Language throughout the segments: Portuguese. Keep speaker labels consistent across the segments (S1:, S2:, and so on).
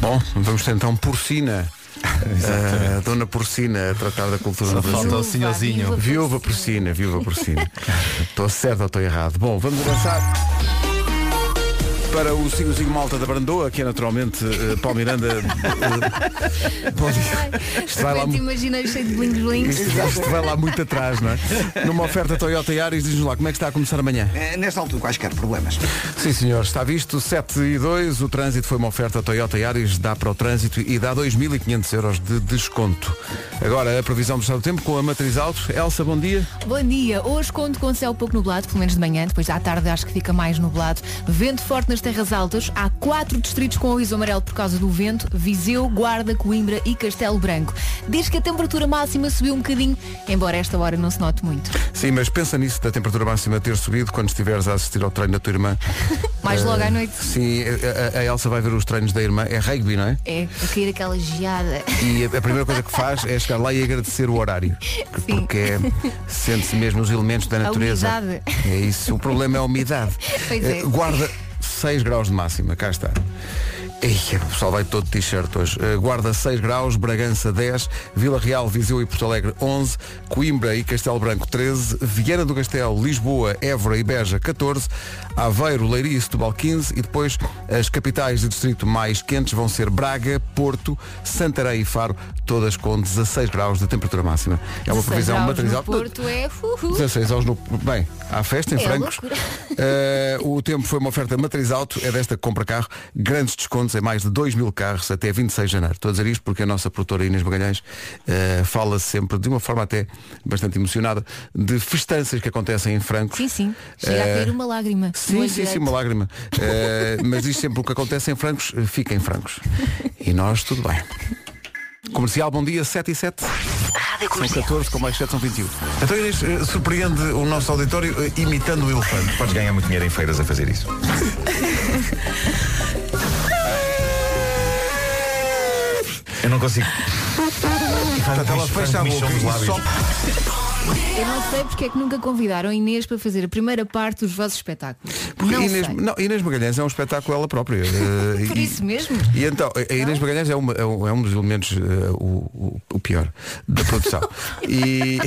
S1: Bom, vamos ter então porcina. Ah, dona Porcina a tratar da cultura no Brasil.
S2: falta o senhorzinho.
S1: Viúva Porcina, viúva Porcina. Estou certo ou estou errado? Bom, vamos avançar. Para o Singozinho Malta da Brandoa, que é naturalmente eh, Paulo Miranda. eh, bom dia. Isto vai lá
S3: Realmente
S1: mu-
S3: imaginei cheio de bling bling.
S1: isto- isto vai lá muito atrás, não é? Numa oferta Toyota Yaris, diz-nos lá, como é que está a começar amanhã?
S4: Eh, Nesta altura, quaisquer problemas.
S1: Sim, senhor, está visto, 7 e 2, o trânsito foi uma oferta Toyota Yaris, dá para o trânsito e dá 2.500 euros de desconto. Agora, a previsão do estado do tempo com a Matriz Altos. Elsa, bom dia.
S3: Bom dia. Hoje conto com céu pouco nublado, pelo menos de manhã. Depois à tarde acho que fica mais nublado. Vento forte nas terras altas. Há quatro distritos com aviso amarelo por causa do vento. Viseu, Guarda, Coimbra e Castelo Branco. Diz que a temperatura máxima subiu um bocadinho, embora esta hora não se note muito.
S1: Sim, mas pensa nisso da temperatura máxima ter subido quando estiveres a assistir ao treino da tua irmã.
S3: Mais
S1: Eh,
S3: logo à noite.
S1: Sim, a- a, a Elsa vai ver os treinos da irmã, é rugby, não é?
S3: É, a cair aquela geada.
S1: E a, a primeira coisa que faz é chegar lá e agradecer o horário.
S3: Sim.
S1: Porque é- sente-se mesmo os elementos da natureza.
S3: umidade.
S1: É isso, o problema é a umidade.
S3: Pois é.
S1: Eh, Guarda 6 graus de máxima, cá está. Ei, o pessoal vai todo de t-shirt hoje. Eh, Guarda 6 graus, Bragança 10, Vila Real, Viseu e Porto Alegre 11, Coimbra e Castelo Branco 13, Viana do Castelo, Lisboa, Évora e Beja 14, Aveiro, Leiria e Setúbal 15 e depois as capitais de distrito mais quentes vão ser Braga, Porto, Santarém e Faro, todas com 16 graus de temperatura máxima. É uma
S3: 16
S1: previsão
S3: graus
S1: material.
S3: no Porto é fuhu.
S1: 16 aos no... Bem, há festa em
S3: É
S1: francos.
S3: loucura.
S1: Eh, o tempo foi uma oferta matriz alto, é desta que compra carro. Grandes descontos em mais de 2 mil carros até 26 de janeiro. Estou a dizer isto porque a nossa produtora Inês Magalhães eh, fala sempre, de uma forma até bastante emocionada, de festanças que acontecem em francos.
S3: Sim, sim. Chega
S1: Eh,
S3: a cair uma lágrima. do
S1: Sim,
S3: olho
S1: sim, sim,
S3: direito.
S1: uma lágrima. Eh, mas diz sempre o que acontece em francos, eh, fica em francos. E nós, tudo bem. Comercial, bom dia, 7 e 7. São 14, com mais 7 são 21. Então Inês, eh, surpreende o nosso auditório eh, imitando o elefante.
S2: Podes ganhar muito dinheiro em feiras a fazer isso. Eu não consigo.
S1: Portanto, ela fecha a boca
S2: Michão dos
S1: e
S2: lábios.
S1: só...
S3: Eu não sei porque é que nunca convidaram a Inês para fazer a primeira parte dos vossos espetáculos.
S1: Porque
S3: não
S1: Inês,
S3: sei.
S1: não, Inês Magalhães é um espetáculo ela própria. eh,
S3: Por
S1: e-
S3: isso mesmo?
S1: E então, a Inês Magalhães é, uma- é um, é um dos elementos, eh, o, o- o pior, da produção. e,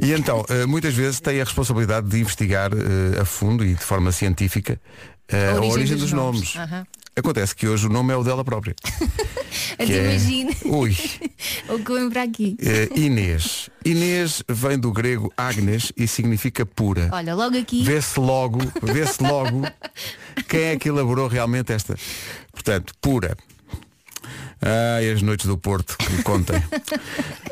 S1: e então, eh, muitas vezes tem a responsabilidade de investigar eh, a fundo e de forma científica eh, a origem, dos, nomes.
S3: Aham.
S1: Acontece que hoje o nome é o dela própria.
S3: Mas
S1: que é-
S3: imagina
S1: Ui,
S3: o que vem para aqui.
S1: eh, Inês. Inês vem do grego Agnes e significa pura.
S3: Olha, logo aqui,
S1: Vê-se logo, vê-se logo quem é que elaborou realmente esta. Portanto, pura. Ai, as noites do Porto, que me contem.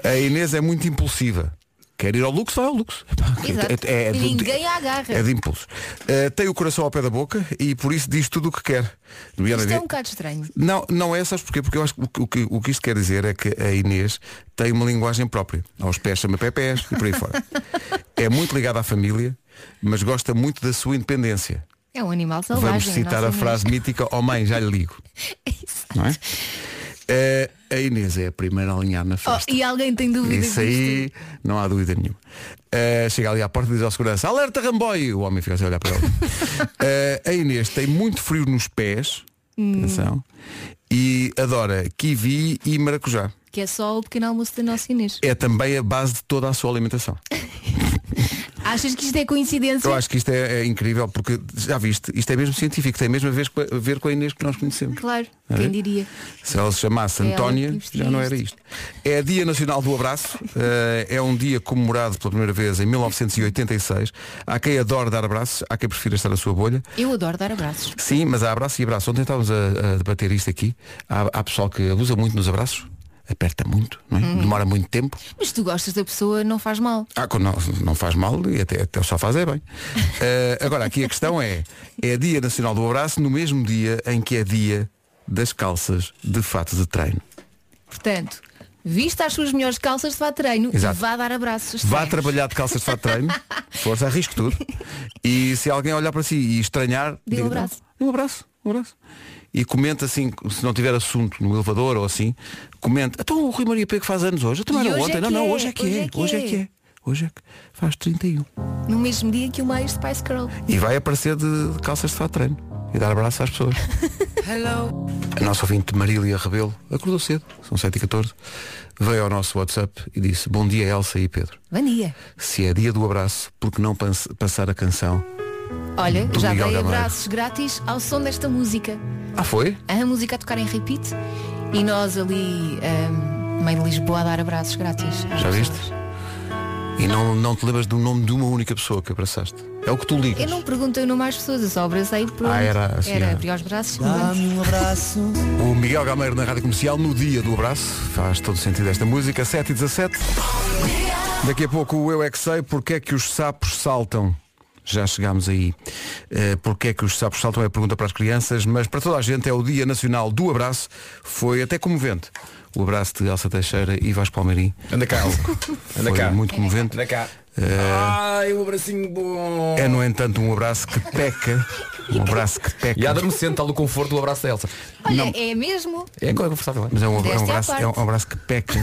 S1: A Inês é muito impulsiva. Quer ir ao luxo, vai ao luxo.
S3: Exato.
S1: É, é
S3: E
S1: do-
S3: ninguém a agarra.
S1: É de impulso. Ah, tem o coração ao pé da boca e por isso diz tudo o que quer.
S3: isto é um bocado estranho.
S1: Não, não é, sabes porquê? Porque eu acho que o que- o que, o que isto quer dizer é que a Inês tem uma linguagem própria. Aos pés chama pepés e por aí fora. é muito ligada à família, mas gosta muito da sua independência.
S3: É um animal selvagem.
S1: Vamos citar a
S3: nossa
S1: frase mítica, oh mãe, já lhe ligo.
S3: mãe. Exato.
S1: Não é? Eh, a Inês é a primeira a alinhar na
S3: Oh,
S1: festa.
S3: e alguém tem dúvidas
S1: Isso aí não há dúvida nenhuma. Uh, chega ali à porta e diz ao segurança, alerta Ramboy! O homem fica assim a olhar para ele. Uh, a Inês tem muito frio nos pés, atenção, e adora kiwi e maracujá.
S3: disto? Que é só o pequeno almoço da nossa Inês.
S1: É também a base de toda a sua alimentação.
S3: Achas que isto é coincidência?
S1: Eu acho que isto é, é incrível, porque já viste, isto é mesmo científico, tem mesmo a ver com a, a ver com a Inês que é. nós conhecemos.
S3: Claro,
S1: A ver?
S3: quem diria?
S1: Se ela se chamasse
S3: É ela que
S1: Antónia,
S3: investiu
S1: já não era isto. É Dia Nacional do Abraço, eh, é um dia comemorado pela primeira vez em 1986. Há quem adore dar abraços, há quem prefira estar na sua bolha.
S3: Eu adoro dar abraços.
S1: Sim, mas há abraço e abraço. Ontem estávamos a, a debater isto aqui. Há, há pessoal que abusa muito nos abraços, aperta muito, não é?
S3: Uhum.
S1: demora muito tempo.
S3: Mas tu gostas da pessoa, não faz mal.
S1: Ah, quando não, não faz mal e até, até só faz é bem. Eh, agora, aqui a questão é, é Dia Nacional do Abraço no mesmo dia em que é dia das calças de fato de treino.
S3: Portanto, vista as suas melhores calças, vá a treino
S1: Exato.
S3: e vá dar abraços.
S1: Vá
S3: estranhos.
S1: trabalhar de calças de fato de treino, força, arrisco tudo. E se alguém olhar para si e estranhar,
S3: Dê um
S1: diga,
S3: abraço.
S1: "Não, Um abraço, um abraço. E comenta assim, se não tiver assunto no elevador ou assim, comenta, então o Rui Maria Pego faz anos hoje, eu também
S3: E
S1: era
S3: hoje
S1: ontem,
S3: é
S1: não,
S3: que
S1: não,
S3: é,
S1: hoje é que é, hoje é que é, hoje é que faz 31.
S3: No mesmo dia que uma Spice Girl.
S1: E vai aparecer de de calças de fato de treino e dar abraço às pessoas. A nossa ouvinte Marília Rebelo acordou cedo, são 7h14, veio ao nosso WhatsApp e disse Bom dia Elsa e Pedro.
S3: Vania.
S1: Se é dia do abraço, porque não pan- passar a canção?
S3: Olha,
S1: Do
S3: já
S1: Miguel
S3: dei
S1: Gameiro.
S3: abraços grátis ao som desta música.
S1: Ah, foi?
S3: A música a tocar em repeat e nós ali, ahm, meio de Lisboa, a dar abraços grátis. às
S1: Já viste?
S3: pessoas.
S1: E não, não te lembras do nome de uma única pessoa que abraçaste? É o que tu ligas.
S3: Eu não perguntei o nome às pessoas, eu só abracei e pronto.
S1: Ah, era assim,
S3: Era,
S1: ah.
S3: abri os braços.
S1: O Miguel Gameiro na Rádio Comercial no dia do abraço. Faz todo sentido esta música. 7 e 17. Daqui a pouco o Eu É Que Sei. Porquê é que os sapos saltam? Já chegámos aí. Eh, Porquê é que os sapos saltam é a pergunta para as crianças, mas para toda a gente é o Dia Nacional do Abraço. Foi até comovente. O abraço de Elsa Teixeira e Vasco Palmeirim.
S2: Anda cá. Anda
S1: Foi
S2: cá.
S1: muito comovente. Eh,
S2: Anda cá. Ai, um abracinho bom.
S1: É, no entanto, um abraço que peca. Um abraço que peca.
S4: E a adormecente, tal do conforto do abraço da Elsa.
S3: Olha, é mesmo?
S4: É confortável, é?
S1: Mas é um, é um
S3: Deste à
S1: abraço,
S3: parte.
S1: é um- é um abraço que peca,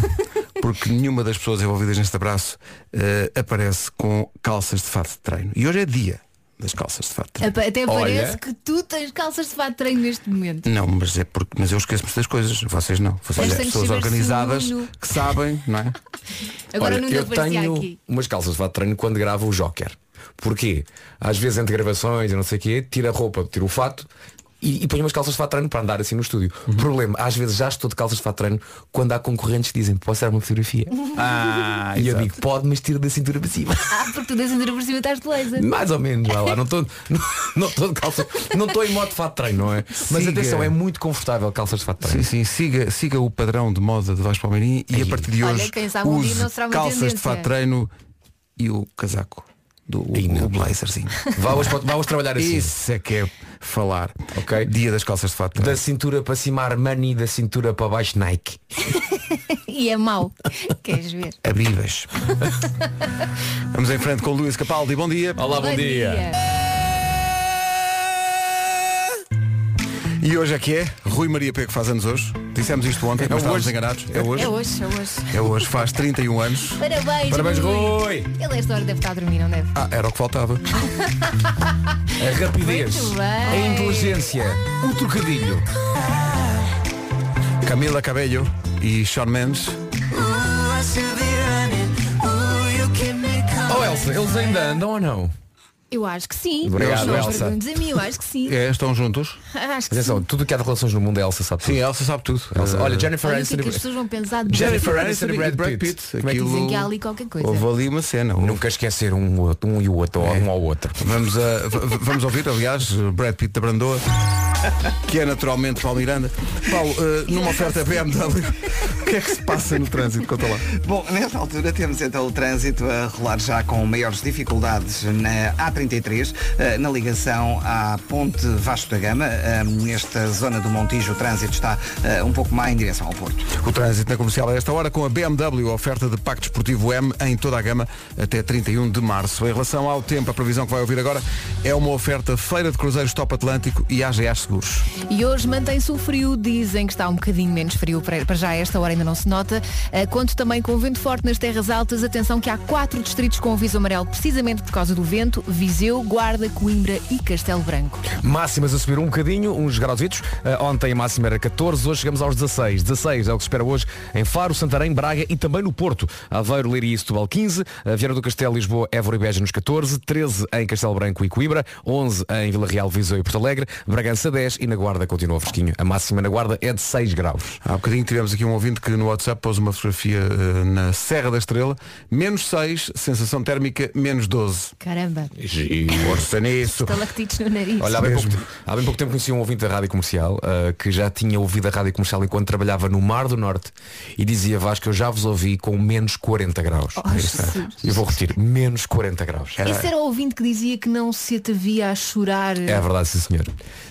S1: porque nenhuma das pessoas envolvidas neste abraço eh, aparece com calças de fato de treino. E hoje é dia das calças de fato de treino.
S3: Apa- Até
S2: Olha.
S3: parece que tu tens calças de fato de treino neste momento.
S1: Não, mas é porque mas eu esqueço-me das coisas, vocês não. Vocês
S3: Mas
S1: são
S3: temos
S1: pessoas
S3: de saber se
S1: organizadas
S3: o Nuno-
S1: que sabem, não é?
S3: Agora
S4: Olha,
S3: não
S4: eu
S3: aparecia
S4: tenho
S3: aqui.
S4: umas calças de fato de treino quando gravo o Joker. Porquê? Às vezes entre gravações e não sei o quê, tiro a roupa, tiro o fato e, e ponho umas calças de fato de treino para andar assim no estúdio. Problema, às vezes já estou de calças de fato de treino quando há concorrentes que dizem, posso tirar uma fotografia?
S2: Ah,
S4: e eu digo, pode, mas tira da cintura para cima.
S3: Ah, porque tu tens andar por cima estás de laser.
S4: Mais ou menos, vá lá, não estou não, não estou de calças, não estou em modo de fato de treino, não é? Mas
S1: Siga.
S4: atenção, é muito confortável calças de fato de treino.
S1: Sim, sim, siga, siga o padrão de moda de Vasco Palmeirim e a partir de
S3: Olha,
S1: hoje
S3: quem sabe um dia
S1: use
S3: não será uma
S1: calças de
S3: tendência.
S1: fato de treino e o casaco. Do, o,
S4: Ai, não.
S1: o blazerzinho.
S4: Vá hoje, pode- vá hoje trabalhar assim.
S1: Isso é que é falar.
S4: Ok.
S1: Dia das calças de fato de treino.
S4: Da cintura para cima Armani, da cintura para baixo Nike.
S3: E é mau. Queres ver?
S1: Abíveis. Vamos em frente com o Luís Capaldi. Bom dia.
S4: Olá, bom, dia.
S1: E hoje é que é? Rui Maria Pego faz anos hoje. Dissemos isto ontem, mas estávamos
S4: hoje.
S1: enganados. É hoje.
S3: É hoje, é hoje.
S1: É hoje. Faz 31 anos.
S3: Parabéns,
S4: Parabéns, Rui.
S3: Ele a esta hora deve estar a dormir, não deve?
S1: Ah, era o que faltava.
S4: A rapidez,
S3: Muito bem.
S4: a inteligência, o trocadilho.
S1: Camila Cabello e Sean Mendes.
S4: Oh Elsa, eles ainda andam ou não?
S3: Eu acho que sim.
S4: Obrigado,
S3: Não me
S4: Elsa.
S3: perguntes a mim, eu acho que sim.
S1: É, estão juntos?
S3: Acho que sim.
S4: Atenção, é tudo o que há de relações no mundo a Elsa sabe
S1: Sim,
S4: tudo.
S1: a Elsa sabe tudo.
S4: Elsa, olha,
S1: Eh,
S4: Jennifer
S3: Olha o que
S4: Aniston
S3: é que as
S4: e-
S3: pessoas vão pensar de
S4: Jennifer Aniston e Brad Pitt.
S3: Como é que dizem que há ali qualquer coisa?
S1: Houve ali uma cena. Houve-
S4: Nunca esquecer um, ou outro, um e o outro, ou um ao outro.
S1: Vamos, a- v- v- vamos ouvir, aliás, Brad Pitt da Brandoa, que é naturalmente Paulo Miranda. Paulo, eh, numa oferta BMW, o que é que se passa no trânsito? Conta lá.
S5: Bom, nesta altura temos então o trânsito a rolar já com maiores dificuldades na A33, eh, na ligação à Ponte Vasco da Gama. Eh, Nesta zona do Montijo o trânsito está eh, um pouco má em direção ao Porto.
S1: O trânsito na comercial a esta hora com a BMW, a oferta de Pacto Esportivo M em toda a gama até 31 de março. Em relação ao tempo, a previsão que vai ouvir agora é uma oferta Feira de Cruzeiros Top Atlântico e AGA Seguros.
S3: E hoje mantém-se o frio, dizem que está um bocadinho menos frio para para já a esta hora ainda não se nota. Eh, Conto também com vento forte nas terras altas, atenção que há quatro distritos com aviso amarelo precisamente por causa do vento, Viseu, Guarda, Coimbra e Castelo Branco.
S6: Máximas a subir um bocadinho, uns grauzitos. Ah, ontem a máxima era 14, hoje chegamos aos 16. 16 é o que se espera hoje em Faro, Santarém, Braga e também no Porto. Aveiro, Leiria e Setúbal 15, a Vieira do Castelo, Lisboa, Évora e Beja nos 14, 13 em Castelo Branco e Coimbra, 11 em Vila Real, Viseu e Porto Alegre, Bragança 10 e na Guarda continua fresquinho. A máxima na Guarda é de 6 graus.
S1: Há bocadinho tivemos aqui um ouvinte que no WhatsApp pôs uma fotografia eh, na Serra da Estrela, menos 6, sensação térmica menos 12.
S3: Caramba,
S1: Força nisso.
S3: estalactites no nariz.
S4: Olha, há bem, pouco,
S1: Mesmo.
S4: há bem pouco tempo conheci um ouvinte da rádio comercial ah, que já tinha ouvido a rádio comercial enquanto trabalhava no Mar do Norte e dizia Vasco, eu já vos ouvi com menos 40 graus.
S3: Oh, Jesus.
S4: eu vou repetir, menos 40 graus.
S3: Esse era o ouvinte que dizia que não se atavia a chorar.
S4: É verdade, sim senhor.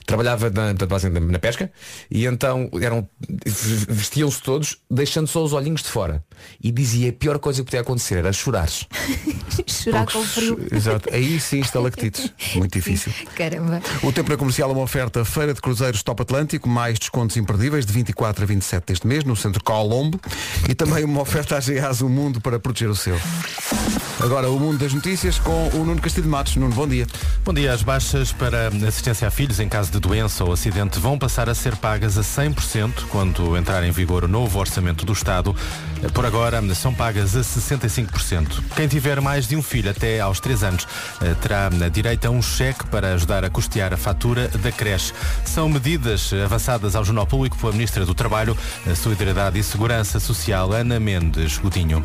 S4: Trabalhava na, portanto, basicamente na pesca e então eram v- vestiam-se todos, deixando só os olhinhos de fora. E dizia a pior coisa que podia acontecer era chorares.
S3: chorar Tá com o frio.
S1: Exato. Aí sim sim, estalactites. Muito difícil.
S3: Caramba.
S1: O tempo na comercial é uma oferta Feira de Cruzeiros Top Atlântico, mais descontos imperdíveis de 24 a 27 deste mês, no centro Colombo, e também uma oferta à GEAS O Mundo para proteger o seu. Agora o Mundo das Notícias com o Nuno Castilho de Matos. Nuno, bom dia.
S7: Bom dia. As baixas para assistência a filhos em caso de doença ou acidente vão passar a ser pagas a 100% quando entrar em vigor o novo orçamento do Estado. Por agora, são pagas a 65%. Quem tiver mais de um filho até aos 3 anos eh, terá eh, direito a um cheque para ajudar a custear a fatura da creche. São medidas eh, avançadas ao Jornal Público pela Ministra do Trabalho, eh, Solidariedade e Segurança Social, Ana Mendes Godinho.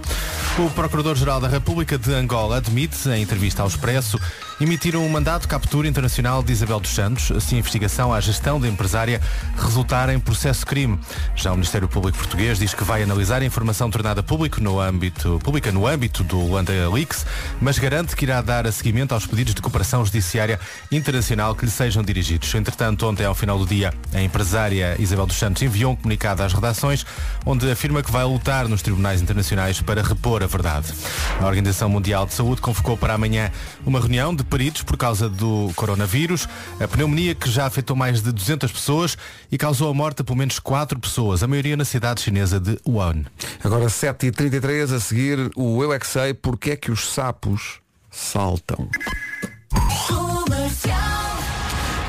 S7: O Procurador-Geral da República de Angola admite, em entrevista ao Expresso, emitiram um mandato de captura internacional de Isabel dos Santos se a investigação à gestão da empresária resultar em processo de crime. Já o Ministério Público Português diz que vai analisar a informação tornada público no âmbito, pública no âmbito do Luanda Leaks, mas garante que irá dar seguimento aos pedidos de cooperação judiciária internacional que lhe sejam dirigidos. Entretanto, ontem ao final do dia, a empresária Isabel dos Santos enviou um comunicado às redações onde afirma que vai lutar nos tribunais internacionais para repor a verdade. A Organização Mundial de Saúde convocou para amanhã uma reunião de peritos por causa do coronavírus, a pneumonia que já afetou mais de 200 pessoas e causou a morte a pelo menos 4 pessoas, a maioria na cidade chinesa de Wuhan.
S1: Agora 7h33 a seguir o Eu É Que Sei, porque é que os sapos saltam.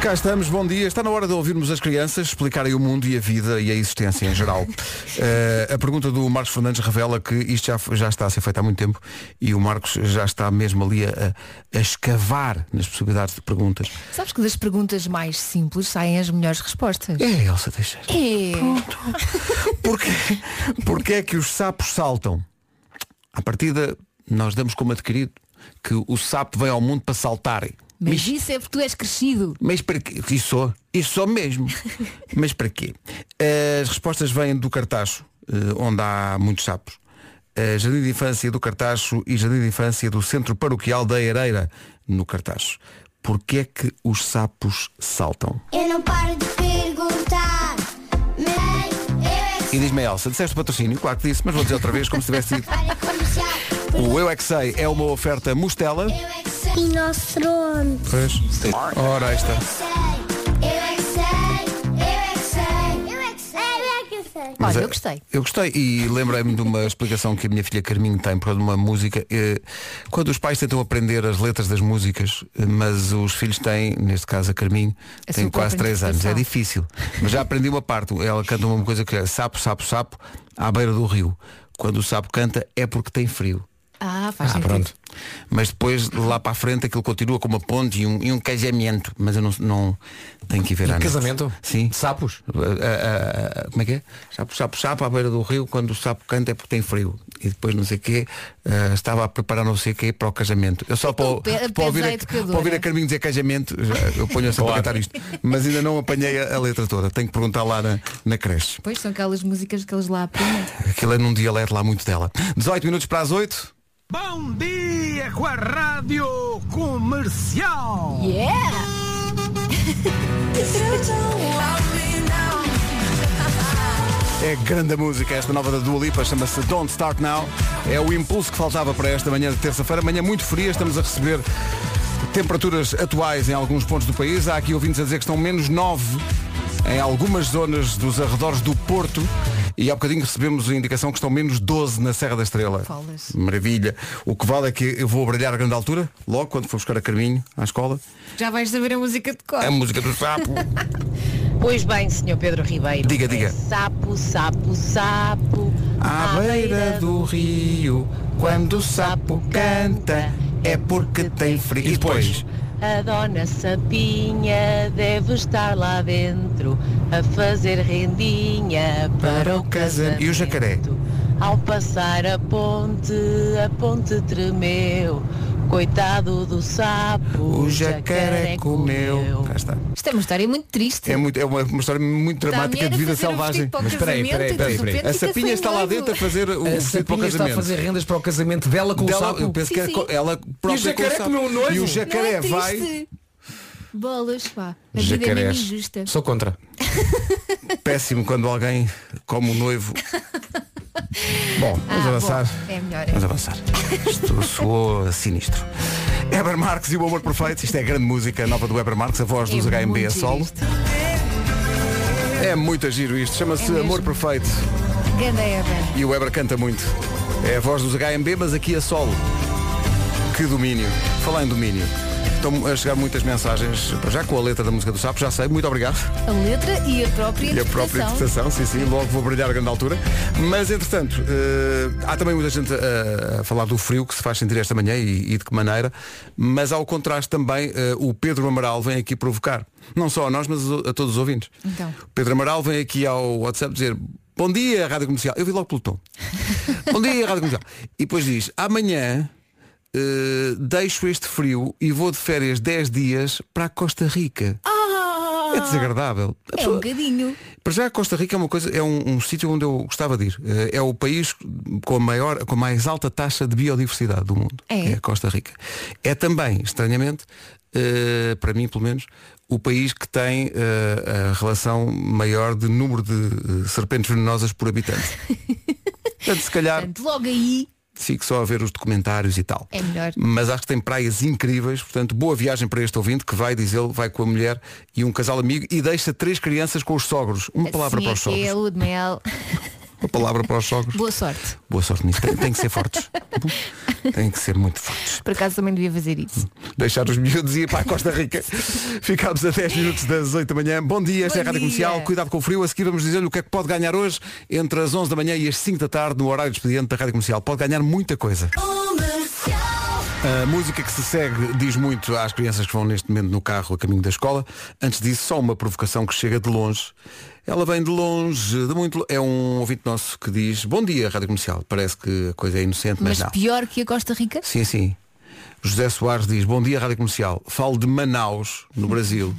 S1: Cá estamos, bom dia. Está na hora de ouvirmos as crianças explicarem o mundo e a vida e a existência em geral. Eh, a pergunta do Marcos Fernandes revela que isto já, já está a ser feito há muito tempo e o Marcos já está mesmo ali a, a escavar nas possibilidades de perguntas.
S3: Sabes que das perguntas mais simples saem as melhores respostas.
S1: É, Elsa Teixeira.
S3: É.
S1: Porquê, porquê é que os sapos saltam? À partida, nós damos como adquirido que o sapo vem ao mundo para saltar.
S3: Mas isso é porque tu és crescido.
S1: Mas para quê? Isso só, isso só mesmo. Mas para quê? As respostas vêm do Cartacho, eh, onde há muitos sapos. Eh, Jardim de Infância do Cartacho e Jardim de Infância do Centro Paroquial da Areira, no Cartacho. Porquê é que os sapos saltam?
S8: Eu não paro de perguntar, mas eu é
S1: E diz-me, Elsa, disseste patrocínio? Claro que disse, mas vou dizer outra vez, como se tivesse dito.
S8: para comercial.
S1: O Eu É Que Sei é uma oferta mostela.
S8: Eu é que sei. Rinoceronte.
S1: Pois. Ora, aí está.
S8: Eu é que sei, eu é que sei, eu é que sei, eu é que sei.
S1: Mas,
S3: Olha,
S1: eh,
S3: eu gostei.
S1: Eu gostei e lembrei-me de uma explicação que a minha filha Carminho tem por causa de uma música. eh, Quando os pais tentam aprender as letras das músicas, eh, mas os filhos têm, neste caso a Carminho,
S3: A
S1: tem
S3: sua
S1: quase
S3: própria
S1: 3 anos. É
S3: interpretação.
S1: difícil. Mas já aprendi uma parte. Ela canta uma coisa que é sapo, sapo, sapo, à beira do rio. Quando o sapo canta é porque tem frio.
S3: Ah, faz sentido.
S1: Pronto. Mas depois, lá para a frente, aquilo continua com uma ponte e um, e um casamento. Mas eu não, não tenho que ir ver à net.
S4: Casamento?
S1: Sim.
S4: Sapos?
S1: Ah, ah, ah, como é que é? Sapo, sapo, sapo à beira do rio, quando o sapo canta é porque tem frio. E depois não sei o quê, ah, estava a preparar não sei o quê para o casamento. Eu só para,
S3: Pe-
S1: para, ouvir,
S3: pesa a
S1: a,
S3: educadora.
S1: para ouvir a Carminho dizer casamento, já- eu ponho sempre a cantar isto. Mas ainda não apanhei a, a letra toda. Tenho que perguntar lá na, na creche.
S3: Pois são aquelas músicas que eles lá aprendem.
S1: Aquilo é num dialeto lá muito dela. 18 minutos para as 8.
S2: Bom dia com a rádio comercial.
S3: Yeah!
S1: É grande a música, esta nova da Dua Lipa, chama-se Don't Start Now. É o impulso que faltava para esta manhã de terça-feira. Manhã muito fria, estamos a receber temperaturas atuais em alguns pontos do país. Há aqui ouvintes a dizer que estão menos 9 em algumas zonas dos arredores do Porto. E há bocadinho recebemos a indicação que estão menos 12 na Serra da Estrela.
S3: Falas.
S1: Maravilha. O que vale é que eu vou brilhar a grande altura, logo quando for buscar a Carminho à escola.
S3: Já vais saber a música de cor.
S1: A música do sapo.
S9: Pois bem, Sr. Pedro Ribeiro.
S1: Diga,
S9: É
S1: diga.
S9: Sapo, sapo, sapo.
S1: À beira do rio, quando o sapo canta, é porque tem frio. E depois?
S9: A dona Sapinha deve estar lá dentro a fazer rendinha para o casamento.
S1: E o jacaré?
S9: Ao passar a ponte, a ponte tremeu. Coitado do sapo,
S1: O jacaré comeu. Cá está.
S3: Isto é uma história muito triste.
S1: É, muito, é uma, uma história muito
S3: Está a mulher
S1: dramática de
S3: a
S1: vida
S3: fazer o vestido
S1: selvagem.
S3: para o
S4: Mas espera aí,
S3: casamento
S4: espera aí, espera aí,
S3: e de
S4: espera aí.
S3: repente
S1: A
S3: fica
S1: sapinha
S3: sem
S1: está lá
S3: noivo.
S1: dentro a fazer o
S4: A
S1: vestido para o
S4: sapinha está a
S1: casamento.
S4: fazer rendas para o casamento dela com
S1: Dela-
S4: o sapo.
S1: eu penso que
S3: Sim,
S1: é co-
S3: sim.
S1: ela própria
S4: o jacaré
S1: com sapo.
S4: comeu um noivo?
S1: E o
S4: Não é
S3: Não
S1: jacaré
S3: é
S1: vai,
S3: triste. Bolas, pá. A vida é mesmo injusta.
S4: Sou contra.
S1: péssimo quando alguém come um noivo. Bom, vamos
S3: Ah,
S1: avançar.
S3: bom, é melhor.
S1: Vamos avançar. Isto soou sinistro. Eber Marques e o Amor Perfeito. Isto é grande música nova do Eber Marques, a voz
S3: É
S1: dos HMB a
S3: muito giro
S1: solo.
S3: isto.
S1: É muito giro isto. Chama-se
S3: É
S1: Amor
S3: mesmo.
S1: Perfeito.
S3: Ganda Ever.
S1: E o Eber canta muito. É a voz dos HMB, mas aqui a solo. Que domínio. Falar em domínio. Estão a chegar muitas mensagens, para já com a letra da música do Sapo, já sei, muito obrigado.
S3: A letra e a própria
S1: E a própria
S3: interpretação.
S1: interpretação, sim, sim, logo vou brilhar a grande altura. Mas, entretanto, eh, há também muita gente eh, a falar do frio que se faz sentir esta manhã e, e de que maneira, mas ao contraste também, eh, o Pedro Amaral vem aqui provocar. Não só a nós, mas a todos os ouvintes.
S3: Então.
S1: O Pedro Amaral vem aqui ao WhatsApp dizer Bom dia, Rádio Comercial. Eu vi logo pelo tom. Bom dia, Rádio Comercial. E depois diz, amanhã eh, deixo este frio e vou de férias 10 dias para a Costa Rica.
S3: Ah,
S1: É desagradável. A
S3: é um bocadinho.
S1: para já Costa Rica é uma coisa, é um, um sítio onde eu gostava de ir. Eh, É o país com a maior, com a mais alta taxa de biodiversidade do mundo.
S3: É.
S1: a Costa Rica. É também, estranhamente, eh, para mim pelo menos, o país que tem eh, a relação maior de número de eh, serpentes venenosas por habitante. Portanto, se calhar
S3: Portanto, logo aí
S1: fico só a ver os documentários e tal.
S3: É melhor.
S1: Mas acho que tem praias incríveis, portanto, boa viagem para este ouvinte que vai, diz ele, vai com a mulher e um casal amigo e deixa três crianças com os sogros. Uma palavra
S3: assim
S1: para
S3: é
S1: os
S3: que
S1: sogros.
S3: é lua de mel.
S1: Uma palavra para os sogros.
S3: Boa sorte.
S1: Boa sorte nisso. Tem, tem que ser fortes. Tem que ser muito fortes.
S3: Por acaso também devia fazer isso.
S1: Deixar os miúdos e ir para a Costa Rica. Ficámos a 10 minutos das 8 da manhã. Bom dia, esta é a
S3: Bom dia.
S1: Rádio Comercial. Cuidado com o frio. A seguir vamos dizer-lhe o que é que pode ganhar hoje entre as 11 da manhã e as 5 da tarde no horário de expediente da Rádio Comercial. Pode ganhar muita coisa. A música que se segue diz muito às crianças que vão neste momento no carro a caminho da escola. Antes disso, só uma provocação que chega de longe. Ela vem de longe, de muito lo- É um ouvinte nosso que diz Bom dia, Rádio Comercial. Parece que a coisa é inocente,
S3: Mas
S1: mas, não.
S3: pior que a Costa Rica?
S1: Sim, sim. José Soares diz Bom dia, Rádio Comercial. Falo de Manaus, no Brasil,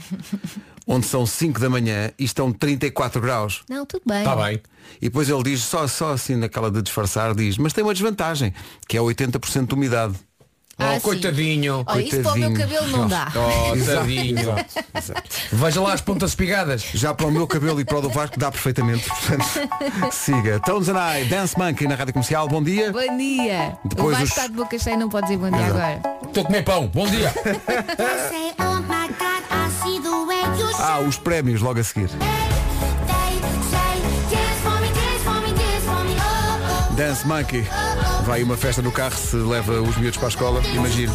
S1: onde são 5 da manhã e estão 34 graus.
S3: Não, tudo bem.
S1: Tá
S4: Tá
S6: Está bem.
S1: E depois ele diz, só, só assim naquela de disfarçar, diz, mas tem uma desvantagem, que é 80% de umidade.
S3: Ah,
S6: oh,
S3: sim.
S6: coitadinho.
S3: Olha, isso para o meu
S1: Coitadinho.
S3: cabelo não dá.
S6: Oh, tadinho. Veja lá as pontas pigadas.
S1: Já para o meu cabelo e para o do Vasco dá perfeitamente. Portanto, siga. Tones and I, Dance Monkey na Rádio Comercial. Bom dia.
S3: Bom dia.
S1: Depois
S3: o Vasco
S1: os-
S3: está de boca cheia, não pode dizer bom dia
S1: Exato.
S3: agora.
S6: Estou a comer pão. Bom dia.
S10: Say,
S8: é
S10: oh my God, I
S8: assim
S10: see the way you
S1: Ah, os prémios logo a seguir.
S10: shake. They say,
S8: é
S10: dance for me, dance for me, dance for me. Oh,
S1: Dance Monkey. Vai uma festa no carro, se leva os miúdos para a escola, imagino.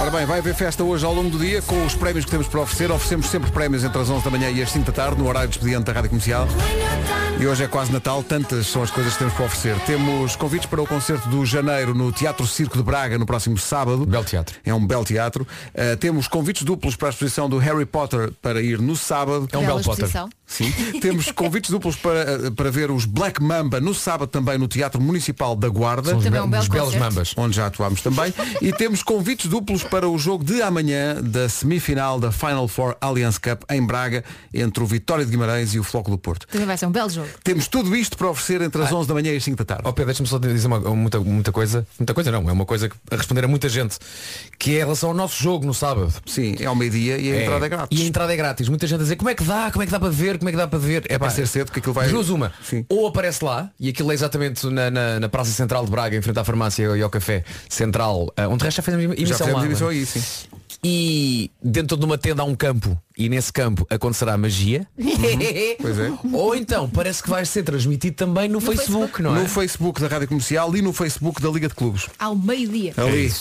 S1: Ora bem, vai haver festa hoje ao longo do dia com os prémios que temos para oferecer. Oferecemos sempre prémios entre as 11 da manhã e as 5 da tarde, no horário de expediente da Rádio Comercial.
S8: tá
S1: E hoje é quase Natal, tantas são as coisas que temos para oferecer. Temos convites para o concerto do Janeiro no Teatro Circo de Braga no próximo sábado.
S6: Belo teatro.
S1: É um belo teatro. Uh, temos convites duplos para a exposição do Harry Potter para ir no sábado.
S6: É um
S3: Bela
S6: belo Potter.
S3: exposição.
S1: Sim. Temos convites duplos para, eh, para ver os Black Mamba no sábado também no Teatro Municipal da Guarda.
S6: Os,
S3: Também é um
S6: be-
S3: belo
S6: os belos
S3: concerto.
S6: mambas.
S1: Onde já atuámos também. E temos convites duplos para o jogo de amanhã da semifinal da Final Four Alliance Cup em Braga, entre o Vitória de Guimarães e o Floco do Porto.
S3: Também vai ser um belo jogo.
S1: Temos tudo isto para oferecer entre as 11 da manhã e as 5 da tarde.
S6: Oh Pedro, deixa-me só dizer uma, muita, muita coisa. Muita coisa não, é uma coisa que, a responder a muita gente. Que é em relação ao nosso jogo no sábado.
S1: Sim, é ao meio-dia e a entrada é grátis.
S6: E a entrada é grátis. Muita gente a dizer como é que dá, como é que dá para ver, como é que dá para ver. É
S1: para ser cedo, que aquilo vai-
S6: Duas uma.
S1: Sim.
S6: Ou aparece lá, e aquilo é exatamente na, na, na Praça Central de Braga, em frente à farmácia e ao café central, ah, onde de resto já fizemos emissão
S1: Já fizemos
S6: lá,
S1: emissão
S6: não é?
S1: aí, sim.
S6: E dentro de uma tenda há um campo e nesse campo acontecerá magia.
S1: Pois é.
S6: Ou então parece que vai ser transmitido também no, Facebook, não é?
S1: No Facebook da Rádio Comercial e no Facebook da Liga de Clubes.
S3: Ao meio-dia.
S1: Ali.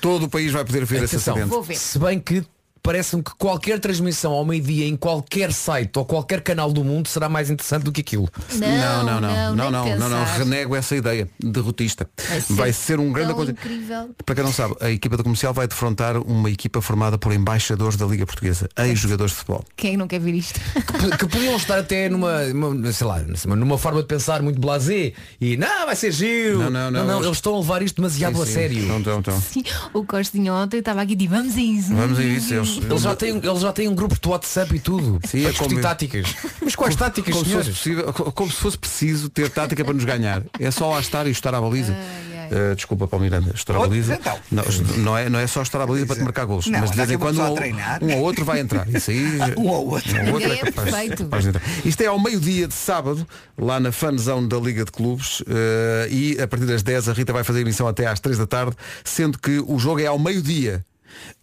S1: Todo o país vai poder ver esse
S6: Atenção,
S1: acidente.
S3: É Vou ver.
S6: Se bem que parece-me que qualquer transmissão ao meio-dia em qualquer site ou qualquer canal do mundo será mais interessante do que aquilo.
S3: Não, não, não.
S1: não,
S3: nem
S1: não, não, não,
S3: pensar.
S1: renego essa ideia derrotista. Vai ser, um grande
S3: tão
S1: aconte-
S3: incrível.
S1: Para quem não sabe, a equipa do comercial vai defrontar uma equipa formada por embaixadores da Liga Portuguesa, ex-jogadores de futebol.
S3: Quem é não quer ver isto?
S6: Que, que podiam estar até numa, numa- sei lá, numa forma de pensar muito blasé e não, vai ser giro.
S1: Não, não, não, eles-
S6: eles estão a levar isto
S5: Tá
S6: demasiado a
S1: Sim, Então,
S6: sério.
S1: Não, não, não.
S3: Sim, o Costinho ontem estava aqui de vamos a isso.
S1: Vamos a isso. Eles,
S6: Eles já, têm, eles já têm um grupo de WhatsApp e tudo.
S1: Sim,
S6: para
S1: é como
S6: discutir
S1: eu.
S6: táticas. Mas quais táticas,
S1: como se, fosse
S6: senhores?
S1: possível, como se fosse preciso ter tática para nos ganhar. É só lá estar e estar à baliza.
S3: Ai, ai,
S1: Eh, desculpa, Paulo Miranda, estrabaliza.
S5: Oh, então.
S1: Não, est- não é, não é só estrabaliza para te marcar gols.
S5: Não,
S1: mas de vez em
S5: daqui a
S1: quando um,
S5: pouco só
S1: ou-
S5: a treinar.
S1: um ou outro vai entrar. Isso aí.
S5: Um ou outro.
S1: um ou outro
S3: Ninguém é
S1: capaz-
S3: perfeito.
S1: capaz de entrar. Isto é ao meio-dia de sábado, lá na fanzão da Liga de Clubes, eh, e a partir das 10 a Rita vai fazer a emissão até às 3 da tarde, sendo que o jogo é ao meio-dia.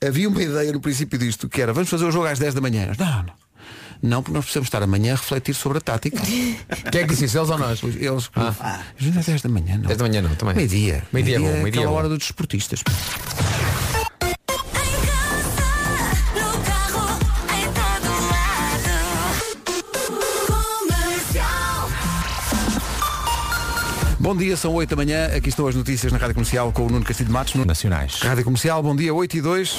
S1: Havia uma ideia no princípio disto, que era vamos fazer o jogo às 10 da manhã. Nós, Não, não. Não, porque nós precisamos estar amanhã a refletir sobre a tática.
S4: Quem é que disse isso? Eles ou nós?
S1: Eles.
S4: Ah.
S1: Não é 10 da manhã, não.
S4: 10 da manhã não, também.
S1: Meio-dia.
S4: Meio-dia é bom, meio-dia é
S1: aquela
S4: bom.
S1: hora dos desportistas.
S8: Em casa, no carro, em todo lado. Comercial.
S1: Bom dia, são 8 da manhã. Aqui estão as notícias na Rádio Comercial com o Nuno Castilho de Matos. Nuno-
S7: Nacionais.
S1: Rádio Comercial, bom dia, 8 e 2.